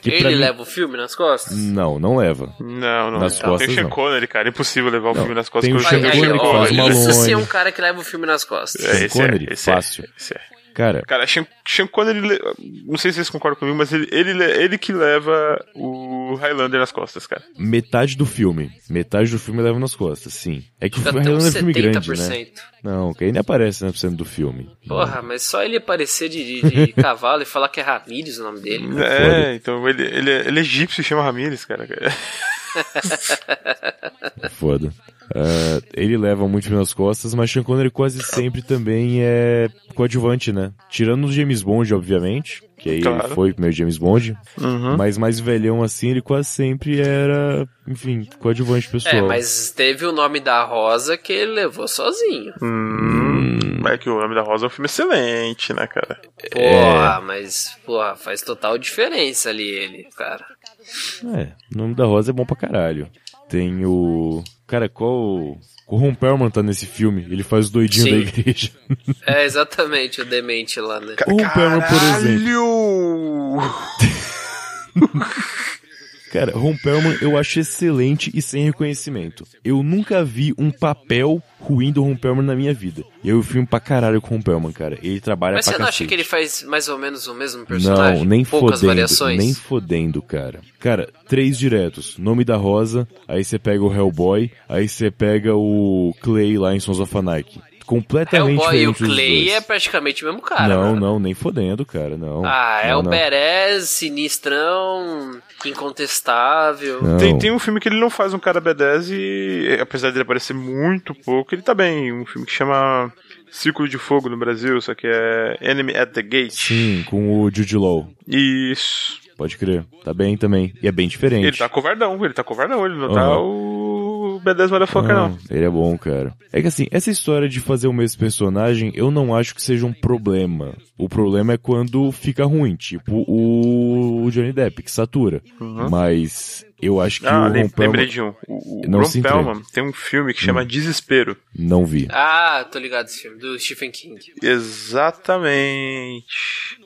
[SPEAKER 2] Que pra
[SPEAKER 1] ele
[SPEAKER 2] mim- Hum,
[SPEAKER 1] leva o filme nas costas?
[SPEAKER 2] Não, não leva.
[SPEAKER 3] Não, não.
[SPEAKER 2] Nas costas,
[SPEAKER 3] tem o Sean
[SPEAKER 2] não.
[SPEAKER 3] Connery, cara. É impossível levar o filme nas costas
[SPEAKER 2] tem
[SPEAKER 3] quando
[SPEAKER 2] o Sean
[SPEAKER 3] chega
[SPEAKER 2] Connery,
[SPEAKER 3] Sean
[SPEAKER 1] ó,
[SPEAKER 2] Carlos
[SPEAKER 1] isso
[SPEAKER 2] Malone.
[SPEAKER 1] sim é um cara que leva o filme nas costas.
[SPEAKER 3] É, esse
[SPEAKER 2] Connery,
[SPEAKER 3] é, esse é,
[SPEAKER 2] fácil.
[SPEAKER 3] esse é.
[SPEAKER 2] Cara,
[SPEAKER 3] Cara, Sean, Sean Connery, le- não sei se vocês concordam comigo, mas ele, ele, le- ele que leva o Highlander nas costas, cara.
[SPEAKER 2] metade do filme, metade do filme leva nas costas, sim. É que o
[SPEAKER 1] Dá
[SPEAKER 2] filme
[SPEAKER 1] até uns
[SPEAKER 2] é um filme grande,
[SPEAKER 1] 70%.
[SPEAKER 2] né? Não, que ainda aparece 100% do filme.
[SPEAKER 1] Porra, mas só ele aparecer de, de- de cavalo e falar que é Ramírez o nome dele.
[SPEAKER 2] Hum,
[SPEAKER 3] É, então ele, ele, é- ele é egípcio e chama Ramirez, cara.
[SPEAKER 2] É Foda. Ah, ele leva muito filme nas costas, mas Sean Connery quase sempre também é coadjuvante, né? Tirando o James Bond, obviamente, que aí
[SPEAKER 3] Claro.
[SPEAKER 2] ele foi o primeiro James Bond,
[SPEAKER 3] Uhum.
[SPEAKER 2] mas mais velhão assim, ele quase sempre era, enfim, coadjuvante pessoal.
[SPEAKER 1] É, mas teve o nome da Rosa que ele levou sozinho.
[SPEAKER 3] Hum, mas é que o Homem da Rosa é um filme excelente, né, cara?
[SPEAKER 2] É.
[SPEAKER 1] Porra, mas, porra, faz total diferença ali ele, cara.
[SPEAKER 2] É, o nome da Rosa é bom pra caralho. Tem o. Cara, qual. O Ron Perlman tá nesse filme, ele faz o doidinho
[SPEAKER 1] Sim.
[SPEAKER 2] da igreja.
[SPEAKER 1] É exatamente o demente lá, né?
[SPEAKER 2] O Perlman, por exemplo.
[SPEAKER 3] Caralho!
[SPEAKER 2] Cara, Ron Perlman eu acho excelente e sem reconhecimento. Eu nunca vi um papel ruim do Ron Perlman na minha vida. E eu filme pra caralho com o Ron Perlman, cara. Ele
[SPEAKER 3] é
[SPEAKER 2] trabalha
[SPEAKER 1] Mas
[SPEAKER 2] pra
[SPEAKER 1] você não acha
[SPEAKER 2] cacete.
[SPEAKER 1] que ele faz mais ou menos o mesmo personagem?
[SPEAKER 2] Não, nem
[SPEAKER 1] Poucas
[SPEAKER 2] fodendo,
[SPEAKER 1] variações? É
[SPEAKER 2] nem fodendo, cara. Cara, três diretos. Nome da Rosa, aí você pega o Hellboy, aí você pega o Clay lá em Sons of Anarchy. Completamente
[SPEAKER 1] Hellboy e o
[SPEAKER 2] diferente os
[SPEAKER 1] Clay
[SPEAKER 2] dois.
[SPEAKER 1] é praticamente o mesmo cara.
[SPEAKER 2] Não,
[SPEAKER 1] né?
[SPEAKER 2] não, nem fodendo, cara, não.
[SPEAKER 1] Ah, é
[SPEAKER 2] não,
[SPEAKER 1] o
[SPEAKER 2] não.
[SPEAKER 1] Beres, sinistrão, incontestável.
[SPEAKER 2] Não.
[SPEAKER 3] Tem, tem um filme que ele não faz um cara B10 e, é, apesar dele aparecer muito pouco, ele tá bem. Um filme que chama Círculo de Fogo no Brasil, só que é Enemy at the Gate.
[SPEAKER 2] Sim, com o Jude Law.
[SPEAKER 3] Isso.
[SPEAKER 2] Pode crer. Tá bem também. E é bem diferente.
[SPEAKER 3] Ele tá covardão, ele tá covardão, ele não
[SPEAKER 2] Ah.
[SPEAKER 3] tá o B10 Motherfucker,
[SPEAKER 2] Não,
[SPEAKER 3] não.
[SPEAKER 2] Ele é bom, cara. É que assim, essa história de fazer o mesmo personagem, eu não acho que seja um problema. O problema é quando fica ruim, tipo o o Johnny Depp, que satura. Mas eu acho que
[SPEAKER 3] Uhum. Ah,
[SPEAKER 2] o Ron
[SPEAKER 3] lem-
[SPEAKER 2] Perlman...
[SPEAKER 3] lembrei de um. O, o
[SPEAKER 2] Não Hum.
[SPEAKER 3] Ron
[SPEAKER 2] se entregue.
[SPEAKER 3] Perlman tem um filme que chama Desespero.
[SPEAKER 2] Não vi.
[SPEAKER 1] Ah, tô ligado esse filme, do Stephen King.
[SPEAKER 3] Exatamente.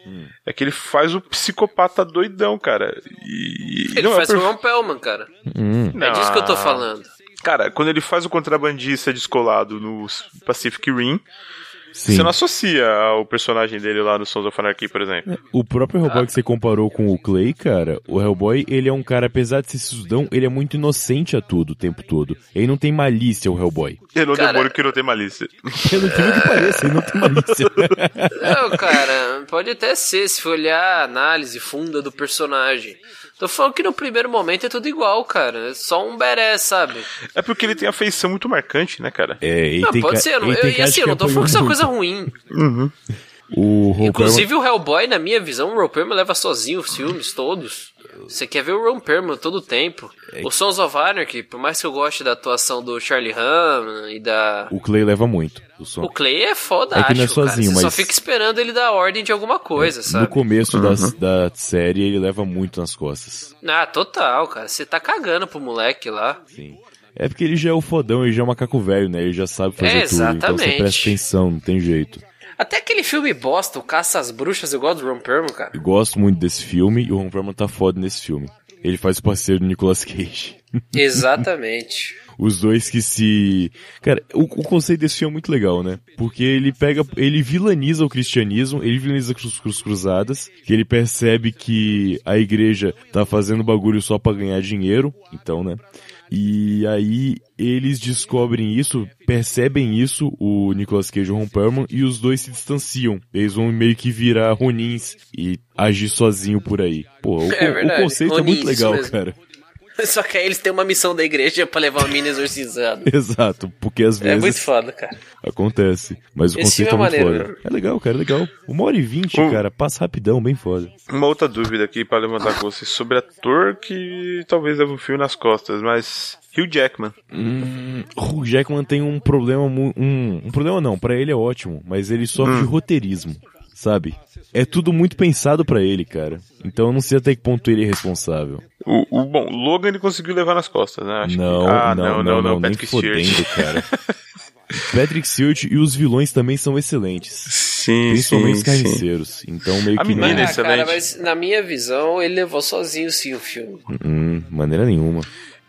[SPEAKER 2] Hum.
[SPEAKER 3] É que ele faz o psicopata doidão, cara. E, e
[SPEAKER 1] Ele
[SPEAKER 3] não é
[SPEAKER 1] faz
[SPEAKER 3] perfe-
[SPEAKER 1] o Ron Pellman, cara.
[SPEAKER 2] Hum,
[SPEAKER 1] É disso que eu tô
[SPEAKER 3] Não.
[SPEAKER 1] falando.
[SPEAKER 3] Cara, quando ele faz o contrabandista descolado no Pacific Rim,
[SPEAKER 2] sim.
[SPEAKER 3] você não associa ao personagem dele lá no Sons of Anarchy, por exemplo.
[SPEAKER 2] O próprio Hellboy que você comparou com o Clay, cara, o Hellboy, ele é um cara, apesar de ser sujão, ele é muito inocente a tudo, o tempo todo. Ele não tem malícia, o Hellboy.
[SPEAKER 3] Ele é o
[SPEAKER 1] Cara-
[SPEAKER 3] demônio que não tem malícia.
[SPEAKER 2] Pelo incrível que pareça, ele não tem malícia.
[SPEAKER 1] Não, cara, pode até ser, se for olhar a análise funda do personagem. Tô falando que no primeiro momento é tudo igual, cara. É só um beré, sabe?
[SPEAKER 3] É porque ele tem a feição muito marcante, né, cara?
[SPEAKER 2] É, ele
[SPEAKER 1] Não,
[SPEAKER 2] tem
[SPEAKER 1] pode
[SPEAKER 2] ca-
[SPEAKER 1] ser. Eu, não-
[SPEAKER 2] ele tem
[SPEAKER 1] eu, e
[SPEAKER 2] cara de
[SPEAKER 1] assim, eu não tô
[SPEAKER 2] que
[SPEAKER 1] falando que isso é uma
[SPEAKER 2] apanhou
[SPEAKER 1] coisa ruim.
[SPEAKER 2] muito. O é Ron Perlman-
[SPEAKER 1] Inclusive o Hellboy, na minha visão, o Ron Perlman leva sozinho os filmes todos. Você quer ver o Ron Perlman todo o tempo.
[SPEAKER 2] É
[SPEAKER 1] O Sons of Anarchy, por mais que eu goste da atuação do Charlie Hunnam e da...
[SPEAKER 2] O Clay leva muito. O som.
[SPEAKER 1] O Clay é foda,
[SPEAKER 2] É que não é
[SPEAKER 1] acho, cara.
[SPEAKER 2] sozinho,
[SPEAKER 1] Você só
[SPEAKER 2] mas- É,
[SPEAKER 1] fica esperando ele dar ordem de alguma coisa,
[SPEAKER 2] No
[SPEAKER 1] sabe?
[SPEAKER 2] começo das- da, série, ele leva muito nas costas.
[SPEAKER 1] Ah, total, cara. Você tá cagando pro moleque lá.
[SPEAKER 2] Sim. É porque ele já é o fodão, ele já é o macaco velho, né? Ele já sabe fazer
[SPEAKER 1] É,
[SPEAKER 2] tudo. Então você
[SPEAKER 1] exatamente.
[SPEAKER 2] presta atenção, não tem jeito.
[SPEAKER 1] Até aquele filme bosta, o Caça às Bruxas, eu gosto do Ron Perlman, cara.
[SPEAKER 2] Eu gosto muito desse filme e o Ron Perlman tá foda nesse filme. Ele faz o parceiro do Nicolas Cage.
[SPEAKER 1] Exatamente.
[SPEAKER 2] Os dois que se. Cara, o, o conceito desse filme é muito legal, né? Porque ele pega. Ele vilaniza o cristianismo, ele vilaniza os, os cruzadas, que ele percebe que a igreja tá fazendo bagulho só pra ganhar dinheiro, então, né? E aí eles descobrem isso, percebem isso, o Nicolas Cage e o Ron Perlman, e os dois se distanciam. Eles vão meio que virar Ronins e agir sozinho por aí. Pô, o,
[SPEAKER 1] É
[SPEAKER 2] o- o
[SPEAKER 1] verdade,
[SPEAKER 2] conceito é muito
[SPEAKER 1] Ronins, isso
[SPEAKER 2] legal,
[SPEAKER 1] mesmo.
[SPEAKER 2] cara.
[SPEAKER 1] Só que aí eles têm uma missão da igreja pra levar o menino exorcizado.
[SPEAKER 2] Exato, porque às vezes...
[SPEAKER 1] É muito foda, cara.
[SPEAKER 2] Acontece. Mas o
[SPEAKER 1] Esse
[SPEAKER 2] conceito é
[SPEAKER 1] filme é
[SPEAKER 2] muito
[SPEAKER 1] maneiro,
[SPEAKER 2] foda. É legal, cara, é legal. Uma hora e vinte,
[SPEAKER 3] Um-
[SPEAKER 2] cara, passa rapidão, bem foda.
[SPEAKER 3] Uma outra dúvida aqui pra levantar com vocês sobre ator que talvez leve um fio nas costas, mas Hugh Jackman.
[SPEAKER 2] Hum, o Jackman tem um problema, mu- um, um problema não, pra ele é ótimo, mas ele sofre
[SPEAKER 3] Hum.
[SPEAKER 2] de roteirismo, sabe? É tudo muito pensado pra ele, cara. Então eu não sei até que ponto ele é responsável.
[SPEAKER 3] O, o- bom, Logan ele conseguiu levar nas costas, né? Acho que-
[SPEAKER 2] Não,
[SPEAKER 3] ah,
[SPEAKER 2] não, não, não, nem
[SPEAKER 3] Patrick Stewart.
[SPEAKER 2] fodendo, cara. Patrick Stewart e os vilões também são excelentes.
[SPEAKER 3] Sim,
[SPEAKER 2] Principalmente
[SPEAKER 3] sim,
[SPEAKER 2] os
[SPEAKER 3] sim.
[SPEAKER 2] carniceiros. Então meio
[SPEAKER 3] A
[SPEAKER 2] que não...
[SPEAKER 3] menina é
[SPEAKER 1] Ah, cara,
[SPEAKER 3] excelente.
[SPEAKER 1] mas na minha visão, ele levou sozinho sim o filme.
[SPEAKER 2] Hum, maneira nenhuma.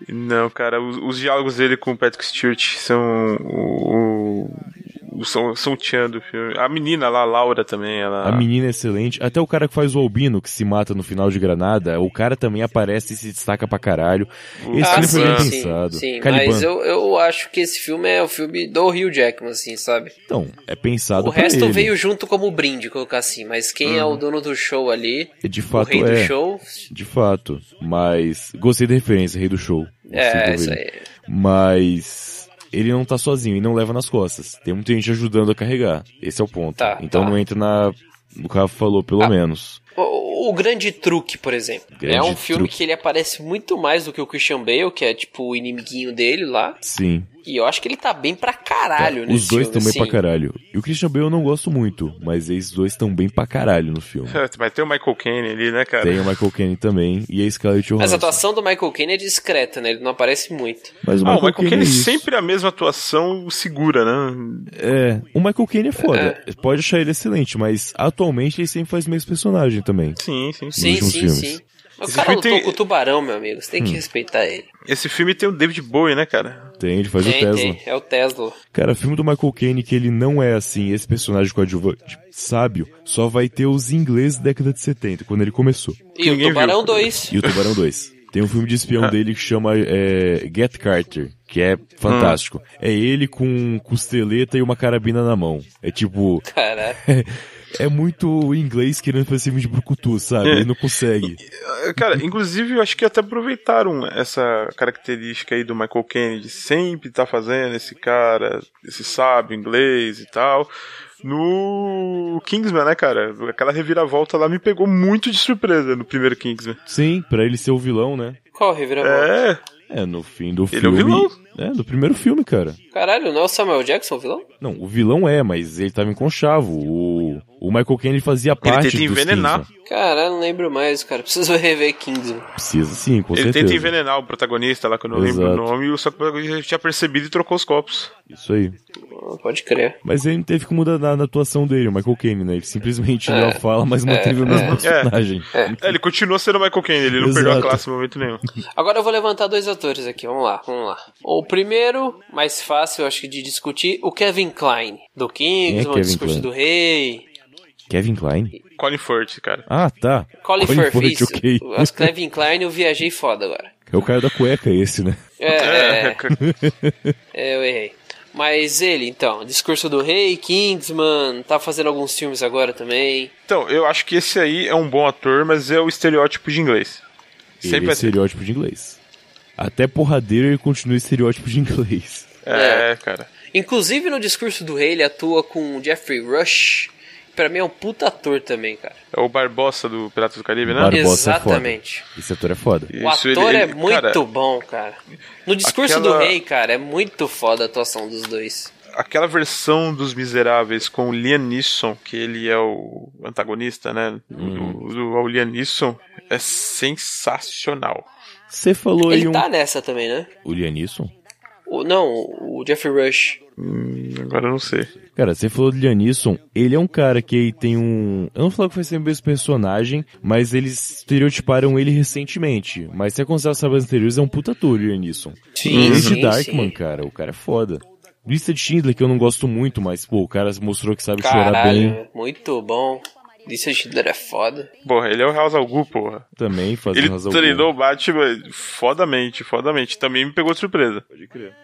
[SPEAKER 3] Não, cara, os, os diálogos dele com o Patrick Stewart são o, o- o- são, são o tchan do filme. A menina lá, a Laura também, ela...
[SPEAKER 2] A
[SPEAKER 1] Ah.
[SPEAKER 2] menina é excelente. Até o cara que faz o albino, que se mata no final de Granada, o cara também aparece e se destaca pra caralho. Esse
[SPEAKER 1] ah,
[SPEAKER 2] filme foi bem
[SPEAKER 3] Caliban.
[SPEAKER 1] sim,
[SPEAKER 2] pensado.
[SPEAKER 1] sim, sim.
[SPEAKER 2] Caliban.
[SPEAKER 1] Mas eu, eu acho que esse filme é o filme do Hugh Jackman, assim, sabe?
[SPEAKER 2] Então, é pensado
[SPEAKER 1] o
[SPEAKER 2] pra
[SPEAKER 1] resto
[SPEAKER 2] ele.
[SPEAKER 1] veio junto como um brinde, colocar assim. Mas quem é o dono do show ali,
[SPEAKER 2] É, De
[SPEAKER 1] o
[SPEAKER 2] fato
[SPEAKER 1] rei do
[SPEAKER 2] é.
[SPEAKER 1] show,
[SPEAKER 2] De fato. Mas gostei da referência, rei do show. Sem
[SPEAKER 1] é
[SPEAKER 2] dúvida.
[SPEAKER 1] isso aí.
[SPEAKER 2] Mas ele não tá sozinho e não leva nas costas. Tem muita gente ajudando a carregar. Esse é o ponto.
[SPEAKER 1] Tá,
[SPEAKER 2] então
[SPEAKER 1] tá.
[SPEAKER 2] não entra na no que o Rafa falou, pelo
[SPEAKER 1] Ah.
[SPEAKER 2] menos.
[SPEAKER 1] O, o Grande Truque, por exemplo.
[SPEAKER 2] Grande
[SPEAKER 1] é um filme
[SPEAKER 2] Truque.
[SPEAKER 1] que ele aparece muito mais do que o Christian Bale, que é tipo o inimiguinho dele lá.
[SPEAKER 2] Sim.
[SPEAKER 1] E eu acho que ele tá bem pra caralho nesse
[SPEAKER 2] É, Os dois
[SPEAKER 1] filme,
[SPEAKER 2] estão bem
[SPEAKER 1] assim.
[SPEAKER 2] pra caralho. E o Christian Bale eu não gosto muito, mas eles dois estão bem pra caralho no filme.
[SPEAKER 3] Mas tem o Michael Caine ali, né, cara?
[SPEAKER 2] Tem o Michael Caine também e a Scarlett
[SPEAKER 1] Mas
[SPEAKER 2] Johansson.
[SPEAKER 1] a atuação do Michael Caine é discreta, né? Ele não aparece muito.
[SPEAKER 2] Mas o
[SPEAKER 3] Ah,
[SPEAKER 2] Michael,
[SPEAKER 3] o Michael
[SPEAKER 2] Caine é
[SPEAKER 3] Caine
[SPEAKER 2] isso.
[SPEAKER 3] sempre a mesma atuação segura, né?
[SPEAKER 2] É, o Michael Caine é foda. Pode achar ele excelente, mas atualmente ele sempre faz o mesmo personagem também.
[SPEAKER 3] Sim, sim, sim.
[SPEAKER 1] Sim,
[SPEAKER 2] últimos
[SPEAKER 1] sim,
[SPEAKER 2] filmes. Hum.
[SPEAKER 1] sim. Mas o
[SPEAKER 3] Esse
[SPEAKER 1] cara
[SPEAKER 3] filme
[SPEAKER 1] lutou
[SPEAKER 3] tem-
[SPEAKER 1] com o tubarão, meu amigo. Você tem que respeitar ele.
[SPEAKER 3] Esse filme tem o David Bowie, né, cara?
[SPEAKER 2] Tem, ele faz o
[SPEAKER 1] Tem,
[SPEAKER 2] Tesla.
[SPEAKER 1] tem. É o Tesla.
[SPEAKER 2] Cara, filme do Michael Caine que ele não é assim, esse personagem coadjuvante tipo, sábio, só vai ter os ingleses da década de 70, quando ele começou.
[SPEAKER 1] E
[SPEAKER 3] Ninguém
[SPEAKER 1] o Tubarão
[SPEAKER 3] viu.
[SPEAKER 1] 2.
[SPEAKER 2] E o Tubarão 2. Tem um filme de
[SPEAKER 3] Ah.
[SPEAKER 2] espião dele que chama é, Get Carter, que é fantástico.
[SPEAKER 3] Ah.
[SPEAKER 2] É ele com um costeleta e uma carabina na mão. É tipo,
[SPEAKER 1] Cara,
[SPEAKER 2] é muito inglês querendo fazer filme de brucutu, sabe? Ele não consegue.
[SPEAKER 3] Ah, Cara, inclusive eu acho que até aproveitaram essa característica aí do Michael Caine de sempre tá fazendo esse cara, esse sábio inglês e tal. No Kingsman, né, cara? Aquela reviravolta lá me pegou muito de surpresa no primeiro Kingsman.
[SPEAKER 2] Sim, pra ele ser o vilão, né?
[SPEAKER 1] qual o reviravolta?
[SPEAKER 3] É,
[SPEAKER 2] É, no fim do
[SPEAKER 3] Ele é o
[SPEAKER 2] filme.
[SPEAKER 3] vilão.
[SPEAKER 2] É, do primeiro filme, cara.
[SPEAKER 1] Caralho, não é o Samuel Jackson, o vilão?
[SPEAKER 2] Não, o vilão é, mas ele tava em conchavo. O, o Michael Caine ele fazia parte
[SPEAKER 3] tenta
[SPEAKER 2] dos
[SPEAKER 3] envenenar.
[SPEAKER 2] 15, né?
[SPEAKER 1] Caralho, não lembro mais, cara. Preciso rever Kingsman.
[SPEAKER 2] Precisa sim, com
[SPEAKER 3] ele
[SPEAKER 2] certeza.
[SPEAKER 3] tenta envenenar o protagonista lá, que eu não lembro
[SPEAKER 2] Exato.
[SPEAKER 3] o nome, e o só que o protagonista tinha percebido e trocou os copos.
[SPEAKER 2] Isso aí.
[SPEAKER 1] Não, Pode crer.
[SPEAKER 2] Mas ele não teve que mudar na, na atuação dele, o Michael Caine, né? Ele simplesmente
[SPEAKER 1] É.
[SPEAKER 2] não fala, mas manteve o mesmo personagem.
[SPEAKER 3] É, ele continua sendo o Michael Caine, ele não
[SPEAKER 2] Exato.
[SPEAKER 3] perdeu a classe em momento nenhum.
[SPEAKER 1] Agora eu vou levantar dois atores aqui, vamos lá, vamos lá. O primeiro, mais fácil, eu acho que de discutir, o Kevin Klein, do
[SPEAKER 2] Quem é
[SPEAKER 1] Kingsman,
[SPEAKER 2] Kevin
[SPEAKER 1] o Discurso
[SPEAKER 2] Kline?
[SPEAKER 1] do Rei,
[SPEAKER 2] Kevin Klein?
[SPEAKER 3] Colin Firth, cara.
[SPEAKER 2] Ah, tá.
[SPEAKER 1] Colin
[SPEAKER 2] Colin
[SPEAKER 1] Firth, isso.
[SPEAKER 2] ok.
[SPEAKER 1] Os Kevin Klein eu viajei foda agora.
[SPEAKER 2] É o cara da cueca esse, né?
[SPEAKER 1] É, é, é,
[SPEAKER 3] ca-
[SPEAKER 1] é, eu errei. Mas ele, então, Discurso do Rei, Kingsman, tá fazendo alguns filmes agora também.
[SPEAKER 3] Então, eu acho que esse aí é um bom ator, mas é o estereótipo de inglês.
[SPEAKER 2] Ele
[SPEAKER 3] Sempre
[SPEAKER 2] é
[SPEAKER 3] assim.
[SPEAKER 2] estereótipo de inglês. Até porradeiro ele continua estereótipo de inglês.
[SPEAKER 3] É, cara.
[SPEAKER 1] Inclusive no Discurso do Rei ele atua com o Jeffrey Rush, Pra mim é um puta ator também, cara.
[SPEAKER 3] É o Barbossa do Piratas do Caribe, né?
[SPEAKER 2] Barbossa é foda.
[SPEAKER 1] Exatamente.
[SPEAKER 2] Esse ator é foda.
[SPEAKER 1] O
[SPEAKER 3] Isso, ele-
[SPEAKER 1] ator é
[SPEAKER 3] ele-
[SPEAKER 1] muito
[SPEAKER 3] cara,
[SPEAKER 1] bom, cara. No discurso
[SPEAKER 3] aquela-
[SPEAKER 1] do rei, cara, é muito foda a atuação dos dois.
[SPEAKER 3] aquela versão dos Miseráveis com o Liam Neeson, que ele é o antagonista, né?
[SPEAKER 2] Uhum.
[SPEAKER 3] O, o, o Liam Neeson é sensacional.
[SPEAKER 2] Você falou aí
[SPEAKER 1] Ele
[SPEAKER 2] um.
[SPEAKER 1] tá nessa também, né?
[SPEAKER 2] O Lianisson?
[SPEAKER 1] O- não, o Jeff Rush.
[SPEAKER 3] Hum, agora eu não sei.
[SPEAKER 2] Cara, você falou do Lianisson, ele é um cara que aí tem um. Eu não falo que foi sempre o mesmo personagem, mas eles estereotiparam ele recentemente. Mas se você considerar os trabalhos anteriores, é um puta ator, o Lianisson.
[SPEAKER 1] Sim,
[SPEAKER 3] Uhum.
[SPEAKER 2] Desde
[SPEAKER 1] sim,
[SPEAKER 2] Darkman,
[SPEAKER 1] sim.
[SPEAKER 2] cara, o cara é foda. Lista de Schindler, que eu não gosto muito, mas, pô, o cara mostrou que sabe chorar bem
[SPEAKER 1] Caralho, muito bom. Lisa Schindler é foda.
[SPEAKER 3] Porra, ele é o House Algu, porra.
[SPEAKER 2] também, fazendo
[SPEAKER 3] Ele
[SPEAKER 2] razão.
[SPEAKER 3] treinou o Batman fodamente, fodamente. Também me pegou de surpresa.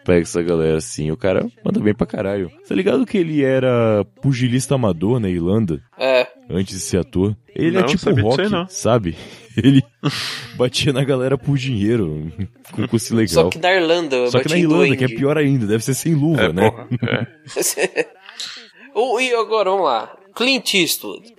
[SPEAKER 2] Pega essa galera assim, o cara manda bem pra caralho. Tá ligado que ele era pugilista amador na Irlanda?
[SPEAKER 1] É,
[SPEAKER 2] antes de ser ator. Ele é
[SPEAKER 3] Não,
[SPEAKER 2] tipo
[SPEAKER 3] sabia disso
[SPEAKER 2] rock,
[SPEAKER 3] aí não.
[SPEAKER 2] sabe? Ele batia na galera por dinheiro, com custo legal.
[SPEAKER 1] só que na Irlanda, eu
[SPEAKER 2] Só que
[SPEAKER 1] bati
[SPEAKER 2] na
[SPEAKER 1] em
[SPEAKER 2] Irlanda,
[SPEAKER 1] duende.
[SPEAKER 2] que é pior ainda, deve ser sem luva,
[SPEAKER 3] É,
[SPEAKER 2] né?
[SPEAKER 3] porra. é.
[SPEAKER 1] O- e agora, vamos lá. Clint Eastwood.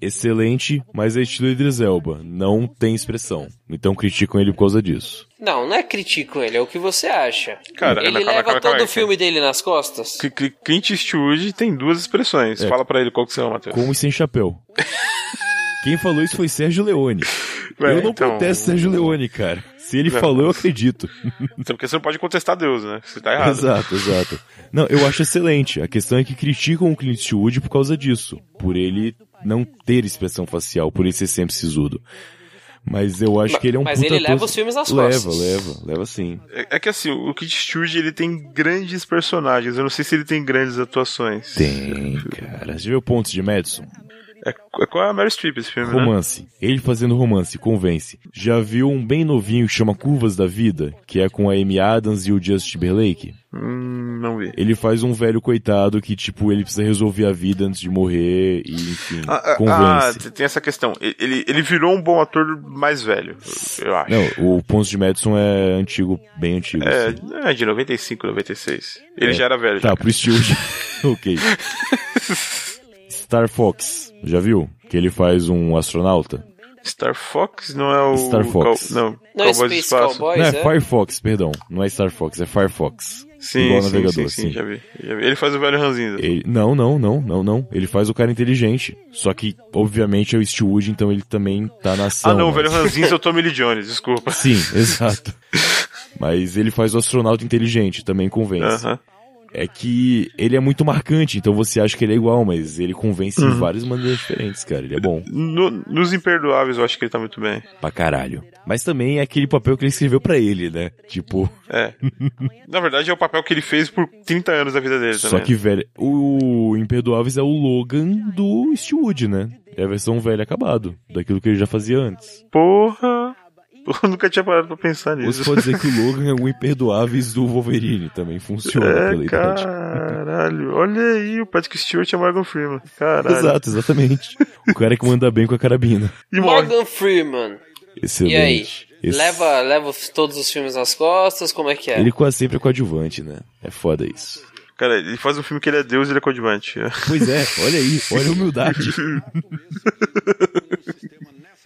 [SPEAKER 2] Excelente, mas é estilo Idris Elba, não tem expressão. Então criticam ele por causa disso.
[SPEAKER 1] Não, não é critico ele, é o que você acha.
[SPEAKER 3] Cara,
[SPEAKER 1] ele
[SPEAKER 3] calma,
[SPEAKER 1] leva
[SPEAKER 3] calma, calma,
[SPEAKER 1] todo o
[SPEAKER 3] calma.
[SPEAKER 1] filme dele nas costas.
[SPEAKER 3] Cl- cl- Clint Eastwood tem duas expressões. Fala pra ele qual que você é, Matheus.
[SPEAKER 2] Com e sem chapéu. Quem falou isso foi Sérgio Leone.
[SPEAKER 3] Velho,
[SPEAKER 2] eu não
[SPEAKER 3] então-
[SPEAKER 2] protesto Sérgio Leone, cara. Se ele
[SPEAKER 3] Não.
[SPEAKER 2] falou, eu acredito.
[SPEAKER 3] Então, Porque você não pode contestar Deus, né? Você tá errado.
[SPEAKER 2] Exato, exato. Não, eu acho excelente. A questão é que criticam o Clint Eastwood por causa disso. Por ele não ter expressão facial, por ele ser sempre sisudo. Mas eu acho
[SPEAKER 1] Ma-
[SPEAKER 2] que ele é um
[SPEAKER 1] mas
[SPEAKER 2] puta
[SPEAKER 1] ele leva
[SPEAKER 2] ator-
[SPEAKER 1] os filmes nas
[SPEAKER 2] Leva,
[SPEAKER 1] costas.
[SPEAKER 2] leva, leva sim.
[SPEAKER 3] É, é que assim, o Clint Eastwood ele tem grandes personagens. Eu não sei se ele tem grandes atuações.
[SPEAKER 2] Tem, cara. Você viu Pontos de Madison?
[SPEAKER 3] É, é qual é a Mary Streep esse filme, né?
[SPEAKER 2] Romance. Ele fazendo romance, convence. Já viu um bem novinho que chama Curvas da Vida, que é com a Amy Adams e o Justin Timberlake?
[SPEAKER 3] Hum, não vi.
[SPEAKER 2] Ele faz um velho coitado que, tipo, ele precisa resolver a vida antes de morrer e, enfim,
[SPEAKER 3] Ah, ah, ah,
[SPEAKER 2] convence.
[SPEAKER 3] tem- tem essa questão. E- Ele, ele virou um bom ator mais velho, eu eu acho.
[SPEAKER 2] Não, o Pontos de Madison é antigo, bem antigo. assim.
[SPEAKER 3] É, é, de 95, 96. Ele
[SPEAKER 2] É.
[SPEAKER 3] já era velho. já.
[SPEAKER 2] Tá, pro estilo de... ok. Star Fox, já viu? Que ele faz um astronauta?
[SPEAKER 3] Star Fox não é o.
[SPEAKER 2] Star Fox.
[SPEAKER 3] Cal- não,
[SPEAKER 1] Não é
[SPEAKER 3] Cowboys do
[SPEAKER 1] Space
[SPEAKER 3] Espaço.
[SPEAKER 1] Cowboys,
[SPEAKER 2] não, é,
[SPEAKER 1] é?
[SPEAKER 2] Firefox, perdão. Não é Star Fox, é Firefox.
[SPEAKER 3] Sim,
[SPEAKER 2] Igual
[SPEAKER 3] sim,
[SPEAKER 2] navegador,
[SPEAKER 3] sim, sim,
[SPEAKER 2] sim.
[SPEAKER 3] já vi, já vi. Ele faz o velho Ranzinza.
[SPEAKER 2] Ele- Não, não, não, não, não. Ele faz o cara inteligente. Só que, obviamente, é o Eastwood, então ele também tá na ação.
[SPEAKER 3] ah, não, o
[SPEAKER 2] mas-
[SPEAKER 3] velho Ranzinza é o Tommy Lee Jones, desculpa.
[SPEAKER 2] Sim, exato. Mas ele faz o astronauta inteligente, também convence.
[SPEAKER 3] Aham.
[SPEAKER 2] É que ele é muito marcante, então você acha que ele é igual, mas ele convence de várias maneiras diferentes, cara. Ele é bom
[SPEAKER 3] No- nos Imperdoáveis eu acho que ele tá muito bem.
[SPEAKER 2] pra caralho. Mas também é aquele papel que ele escreveu pra ele, né? Tipo,
[SPEAKER 3] É. Na verdade é o papel que ele fez por 30 anos da vida dele
[SPEAKER 2] só
[SPEAKER 3] também.
[SPEAKER 2] que velho, o Imperdoáveis é o Logan do Eastwood, né? É a versão velha acabado, daquilo que ele já fazia antes.
[SPEAKER 3] Porra! Eu nunca tinha parado pra pensar
[SPEAKER 2] Ou você
[SPEAKER 3] nisso.
[SPEAKER 2] pode dizer que o Logan é o Imperdoáveis do Wolverine, também funciona pela
[SPEAKER 3] É,
[SPEAKER 2] idade.
[SPEAKER 3] caralho. Olha aí, o Patrick Stewart e a Morgan Freeman. Caralho.
[SPEAKER 2] Exato, exatamente. O cara é que manda bem com a carabina.
[SPEAKER 3] E morre.
[SPEAKER 1] Morgan Freeman. E aí?
[SPEAKER 2] Excelente. Esse-
[SPEAKER 1] Leva, leva todos os filmes nas costas, como é que é?
[SPEAKER 2] Ele quase sempre é coadjuvante, né? É foda isso.
[SPEAKER 3] Cara, ele faz um filme que ele é Deus e ele é coadjuvante.
[SPEAKER 2] Pois é, olha aí, olha a humildade.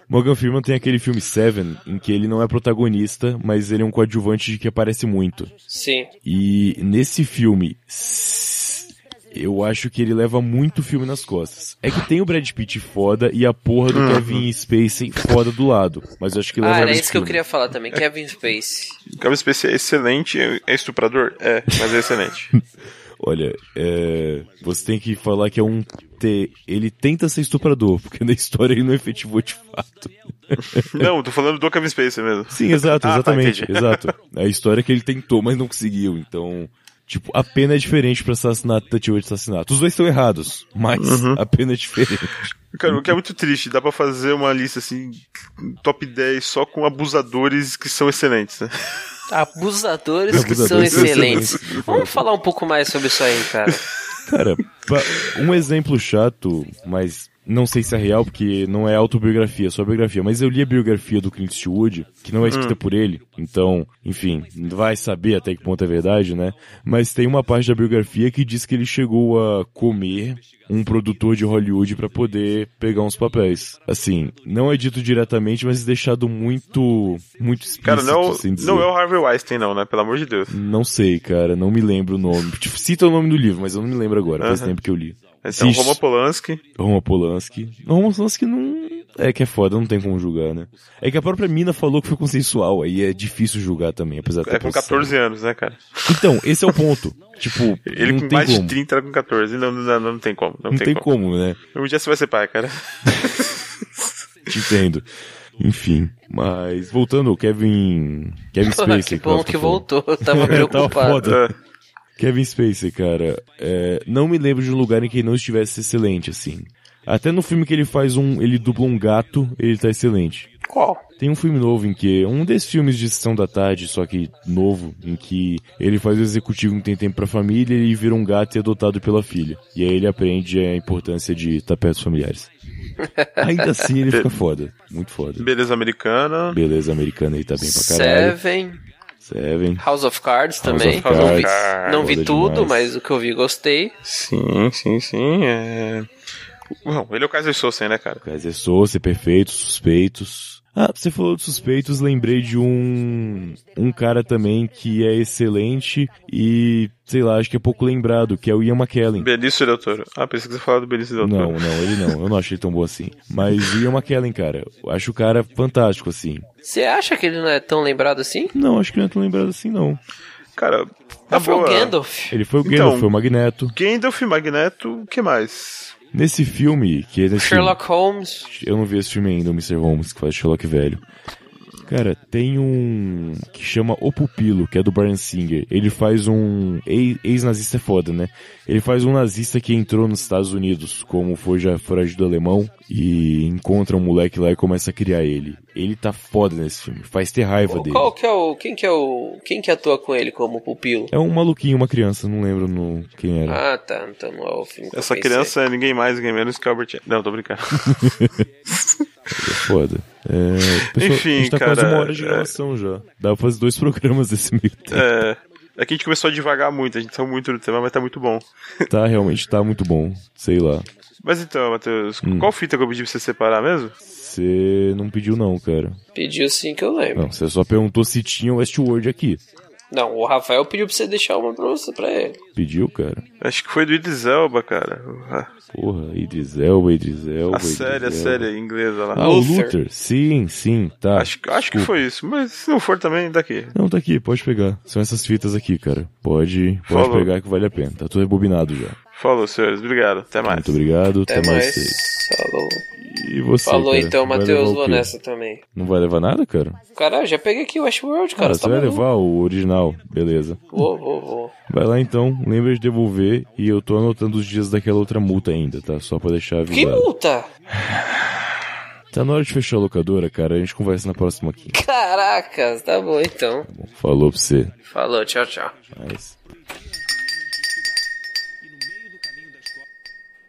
[SPEAKER 2] Morgan Freeman tem aquele filme Seven, em que ele não é protagonista, mas ele é um coadjuvante de que aparece muito.
[SPEAKER 1] Sim.
[SPEAKER 2] E nesse filme, s- eu acho que ele leva muito filme nas costas. É que tem o Brad Pitt foda e a porra do Kevin Spacey foda do lado, mas eu acho que leva
[SPEAKER 1] Ah, era
[SPEAKER 2] nesse
[SPEAKER 1] isso que eu
[SPEAKER 2] filme.
[SPEAKER 1] queria falar também. Kevin Space.
[SPEAKER 3] O Kevin Spacey é excelente, é estuprador? É, mas é excelente.
[SPEAKER 2] Olha, é, você tem que falar que é um T. Ele tenta ser estuprador, porque na história ele não efetivou de fato.
[SPEAKER 3] Não, tô falando do Kevin Spacey mesmo.
[SPEAKER 2] Sim, exato,
[SPEAKER 3] Ah, tá,
[SPEAKER 2] exatamente,
[SPEAKER 3] entendi.
[SPEAKER 2] exato. A história é que ele tentou, mas não conseguiu. Então, tipo, a pena é diferente pra assassinato e tentativa de assassinato. Os dois estão errados, mas
[SPEAKER 3] Uhum.
[SPEAKER 2] a pena é diferente.
[SPEAKER 3] Cara, o que é muito triste, dá pra fazer uma lista assim, top 10 só com abusadores que são excelentes, né?
[SPEAKER 1] Abusadores, que são
[SPEAKER 2] Abusadores
[SPEAKER 1] excelentes.
[SPEAKER 2] excelentes.
[SPEAKER 1] Vamos falar um pouco mais sobre isso aí, cara.
[SPEAKER 2] Cara, pra- um exemplo chato, mas Não sei se é real, porque não é autobiografia, é só biografia. Mas eu li a biografia do Clint Eastwood, que não é
[SPEAKER 3] Hum.
[SPEAKER 2] escrita por ele. Então, enfim, vai saber até que ponto é verdade, né? Mas tem uma parte da biografia que diz que ele chegou a comer um produtor de Hollywood para poder pegar uns papéis. Assim, não é dito diretamente, mas é deixado muito, muito explícito,
[SPEAKER 3] Cara, não,
[SPEAKER 2] assim dizer.
[SPEAKER 3] não é o Harvey Weinstein, não, né? Pelo amor de Deus.
[SPEAKER 2] Não sei, cara, não me lembro o nome. Tipo, cita o nome do livro, mas eu não me lembro agora, faz
[SPEAKER 3] Aham.
[SPEAKER 2] tempo que eu li.
[SPEAKER 3] Então,
[SPEAKER 2] Cis-
[SPEAKER 3] Roman Polanski.
[SPEAKER 2] Roman Polanski. Roman Polanski não. É que é foda, não tem como julgar, né? É que a própria mina falou que foi consensual, aí é difícil julgar também, apesar de
[SPEAKER 3] É
[SPEAKER 2] ter
[SPEAKER 3] com
[SPEAKER 2] processado.
[SPEAKER 3] 14 anos, né, cara?
[SPEAKER 2] Então, esse é o ponto. Tipo,
[SPEAKER 3] Ele
[SPEAKER 2] não
[SPEAKER 3] com
[SPEAKER 2] tem
[SPEAKER 3] mais
[SPEAKER 2] como.
[SPEAKER 3] de 30 era com 14. Não, não, não, não tem como. Não,
[SPEAKER 2] não tem como, né?
[SPEAKER 3] Um dia você vai ser pai, cara.
[SPEAKER 2] Te entendo. Enfim, mas voltando ao Kevin. Kevin Spacey.
[SPEAKER 1] Ah, que bom
[SPEAKER 2] eu
[SPEAKER 1] que
[SPEAKER 2] tava
[SPEAKER 1] voltou, eu tava
[SPEAKER 2] falando. Tava
[SPEAKER 1] preocupado.
[SPEAKER 2] foda.
[SPEAKER 3] É,
[SPEAKER 2] Kevin Spacey, cara, é, não me lembro de um lugar em que ele não estivesse excelente, assim. Até no filme que ele faz um. Ele dubla um gato, ele tá excelente.
[SPEAKER 1] Qual?
[SPEAKER 2] Tem um filme novo em que. Um desses filmes de sessão da tarde, só que novo, em que ele faz o executivo que não tem tempo pra família e ele vira um gato e é adotado pela filha. E aí ele aprende a importância de estar perto dos familiares. Ainda assim ele fica foda. Muito foda.
[SPEAKER 3] Beleza americana.
[SPEAKER 2] Beleza americana, ele tá bem pra caralho.
[SPEAKER 1] Seven,
[SPEAKER 2] Seven.
[SPEAKER 1] House of Cards também.
[SPEAKER 2] of Cards.
[SPEAKER 1] Não vi,
[SPEAKER 3] Cards,
[SPEAKER 1] não vi
[SPEAKER 2] foda
[SPEAKER 1] tudo,
[SPEAKER 2] demais.
[SPEAKER 1] mas o que eu vi gostei.
[SPEAKER 3] Sim, sim, sim. É... Não, ele é o Kaiser Sosen, né, cara?
[SPEAKER 2] Kaiser Souza, Perfeitos, Suspeitos. Ah, você falou de Suspeitos, lembrei de um um cara também que é excelente e, sei lá, acho que é pouco lembrado, que é o Ian McKellen.
[SPEAKER 3] Benício Del Toro. Ah, pensei que você falava do Benício Del Toro.
[SPEAKER 2] Não, não, ele não. Eu não achei tão bom assim. Mas Ian McKellen, cara, eu acho o cara fantástico, assim.
[SPEAKER 1] Você acha que ele não é tão lembrado assim?
[SPEAKER 2] Não, acho que não é tão lembrado assim, não.
[SPEAKER 3] Cara,
[SPEAKER 1] Ah,
[SPEAKER 2] Tá
[SPEAKER 3] na
[SPEAKER 1] foi o
[SPEAKER 3] boa.
[SPEAKER 1] Gandalf.
[SPEAKER 2] Ele foi o
[SPEAKER 3] Então-
[SPEAKER 2] Gandalf, foi o Magneto.
[SPEAKER 3] Gandalf, Magneto, o que mais?
[SPEAKER 2] Nesse filme, que é nesse
[SPEAKER 1] Sherlock Holmes.
[SPEAKER 2] Eu não vi esse filme ainda, o Mr. Holmes, que faz Sherlock velho. Cara, tem um que chama O Pupilo, que é do Brian Singer. Ele faz um. ex- Ex-nazista é foda, né? Ele faz um nazista que entrou nos Estados Unidos como forja- foragido alemão e encontra um moleque lá e começa a criar ele. Ele tá foda nesse filme, faz ter raiva dele.
[SPEAKER 1] Qual que é o. Quem que é o. Quem que atua com ele como pupilo?
[SPEAKER 2] É um maluquinho, uma criança, não lembro no... quem era.
[SPEAKER 1] Ah, tá. Então não é o filme. que eu
[SPEAKER 3] Essa
[SPEAKER 1] pensei.
[SPEAKER 3] criança é ninguém mais, ninguém menos que Albert. Não, tô brincando.
[SPEAKER 2] É foda. É, pessoal,
[SPEAKER 3] Enfim,
[SPEAKER 2] a gente tá quase
[SPEAKER 3] cara,
[SPEAKER 2] uma hora de
[SPEAKER 3] é-
[SPEAKER 2] gravação já. Dá pra fazer dois programas desse meio tempo.
[SPEAKER 3] é, é que a gente começou a devagar muito, a gente tá muito no tema, mas tá muito bom.
[SPEAKER 2] Tá, realmente tá muito bom. Sei lá.
[SPEAKER 3] Mas então, Matheus,
[SPEAKER 2] Hum.
[SPEAKER 3] qual fita que eu pedi pra você separar mesmo?
[SPEAKER 2] Você não pediu não, cara.
[SPEAKER 1] Pediu sim que eu lembro.
[SPEAKER 2] Não, você só perguntou se tinha Westworld aqui.
[SPEAKER 1] Não, o Rafael pediu pra você deixar uma pra você pra ele.
[SPEAKER 2] Pediu, cara.
[SPEAKER 3] Acho que foi do Idris Elba, cara.
[SPEAKER 2] Porra, Idris Elba, Idris Elba,
[SPEAKER 3] A série, a
[SPEAKER 2] Idris Elba.
[SPEAKER 3] série inglesa lá.
[SPEAKER 2] Ah, o
[SPEAKER 1] Luther.
[SPEAKER 2] Luther. Sim, sim, tá.
[SPEAKER 3] Acho, acho que foi isso, mas se não for também, daqui.
[SPEAKER 2] Não, tá aqui, pode pegar. São essas fitas aqui, cara. Pode, pode
[SPEAKER 3] Falou.
[SPEAKER 2] pegar que vale a pena. Tá tudo rebobinado já.
[SPEAKER 3] Falou, senhores. Obrigado. Até mais.
[SPEAKER 2] Muito obrigado, até,
[SPEAKER 1] Até mais.
[SPEAKER 2] vocês.
[SPEAKER 1] Falou.
[SPEAKER 2] E você,
[SPEAKER 1] Falou
[SPEAKER 2] cara,
[SPEAKER 1] então,
[SPEAKER 2] vai
[SPEAKER 1] Matheus.
[SPEAKER 2] levar o
[SPEAKER 1] Vou
[SPEAKER 2] quê?
[SPEAKER 1] nessa também.
[SPEAKER 2] Não vai levar nada, cara?
[SPEAKER 1] Caralho, já peguei aqui o Westworld, cara.
[SPEAKER 2] Cara,
[SPEAKER 1] você
[SPEAKER 2] Ah, você
[SPEAKER 1] tá
[SPEAKER 2] vai
[SPEAKER 1] maluco?
[SPEAKER 2] levar o original, beleza.
[SPEAKER 1] Vou, vou, vou.
[SPEAKER 2] Vai lá então, lembra de devolver e eu tô anotando os dias daquela outra multa ainda, tá? Só pra deixar
[SPEAKER 1] Que
[SPEAKER 2] avisado.
[SPEAKER 1] multa!
[SPEAKER 2] Tá na hora de fechar a locadora, cara. A gente conversa na próxima aqui.
[SPEAKER 1] Caracas, tá bom então.
[SPEAKER 2] Bom, falou pra você.
[SPEAKER 1] Falou, tchau, tchau.
[SPEAKER 2] Mas...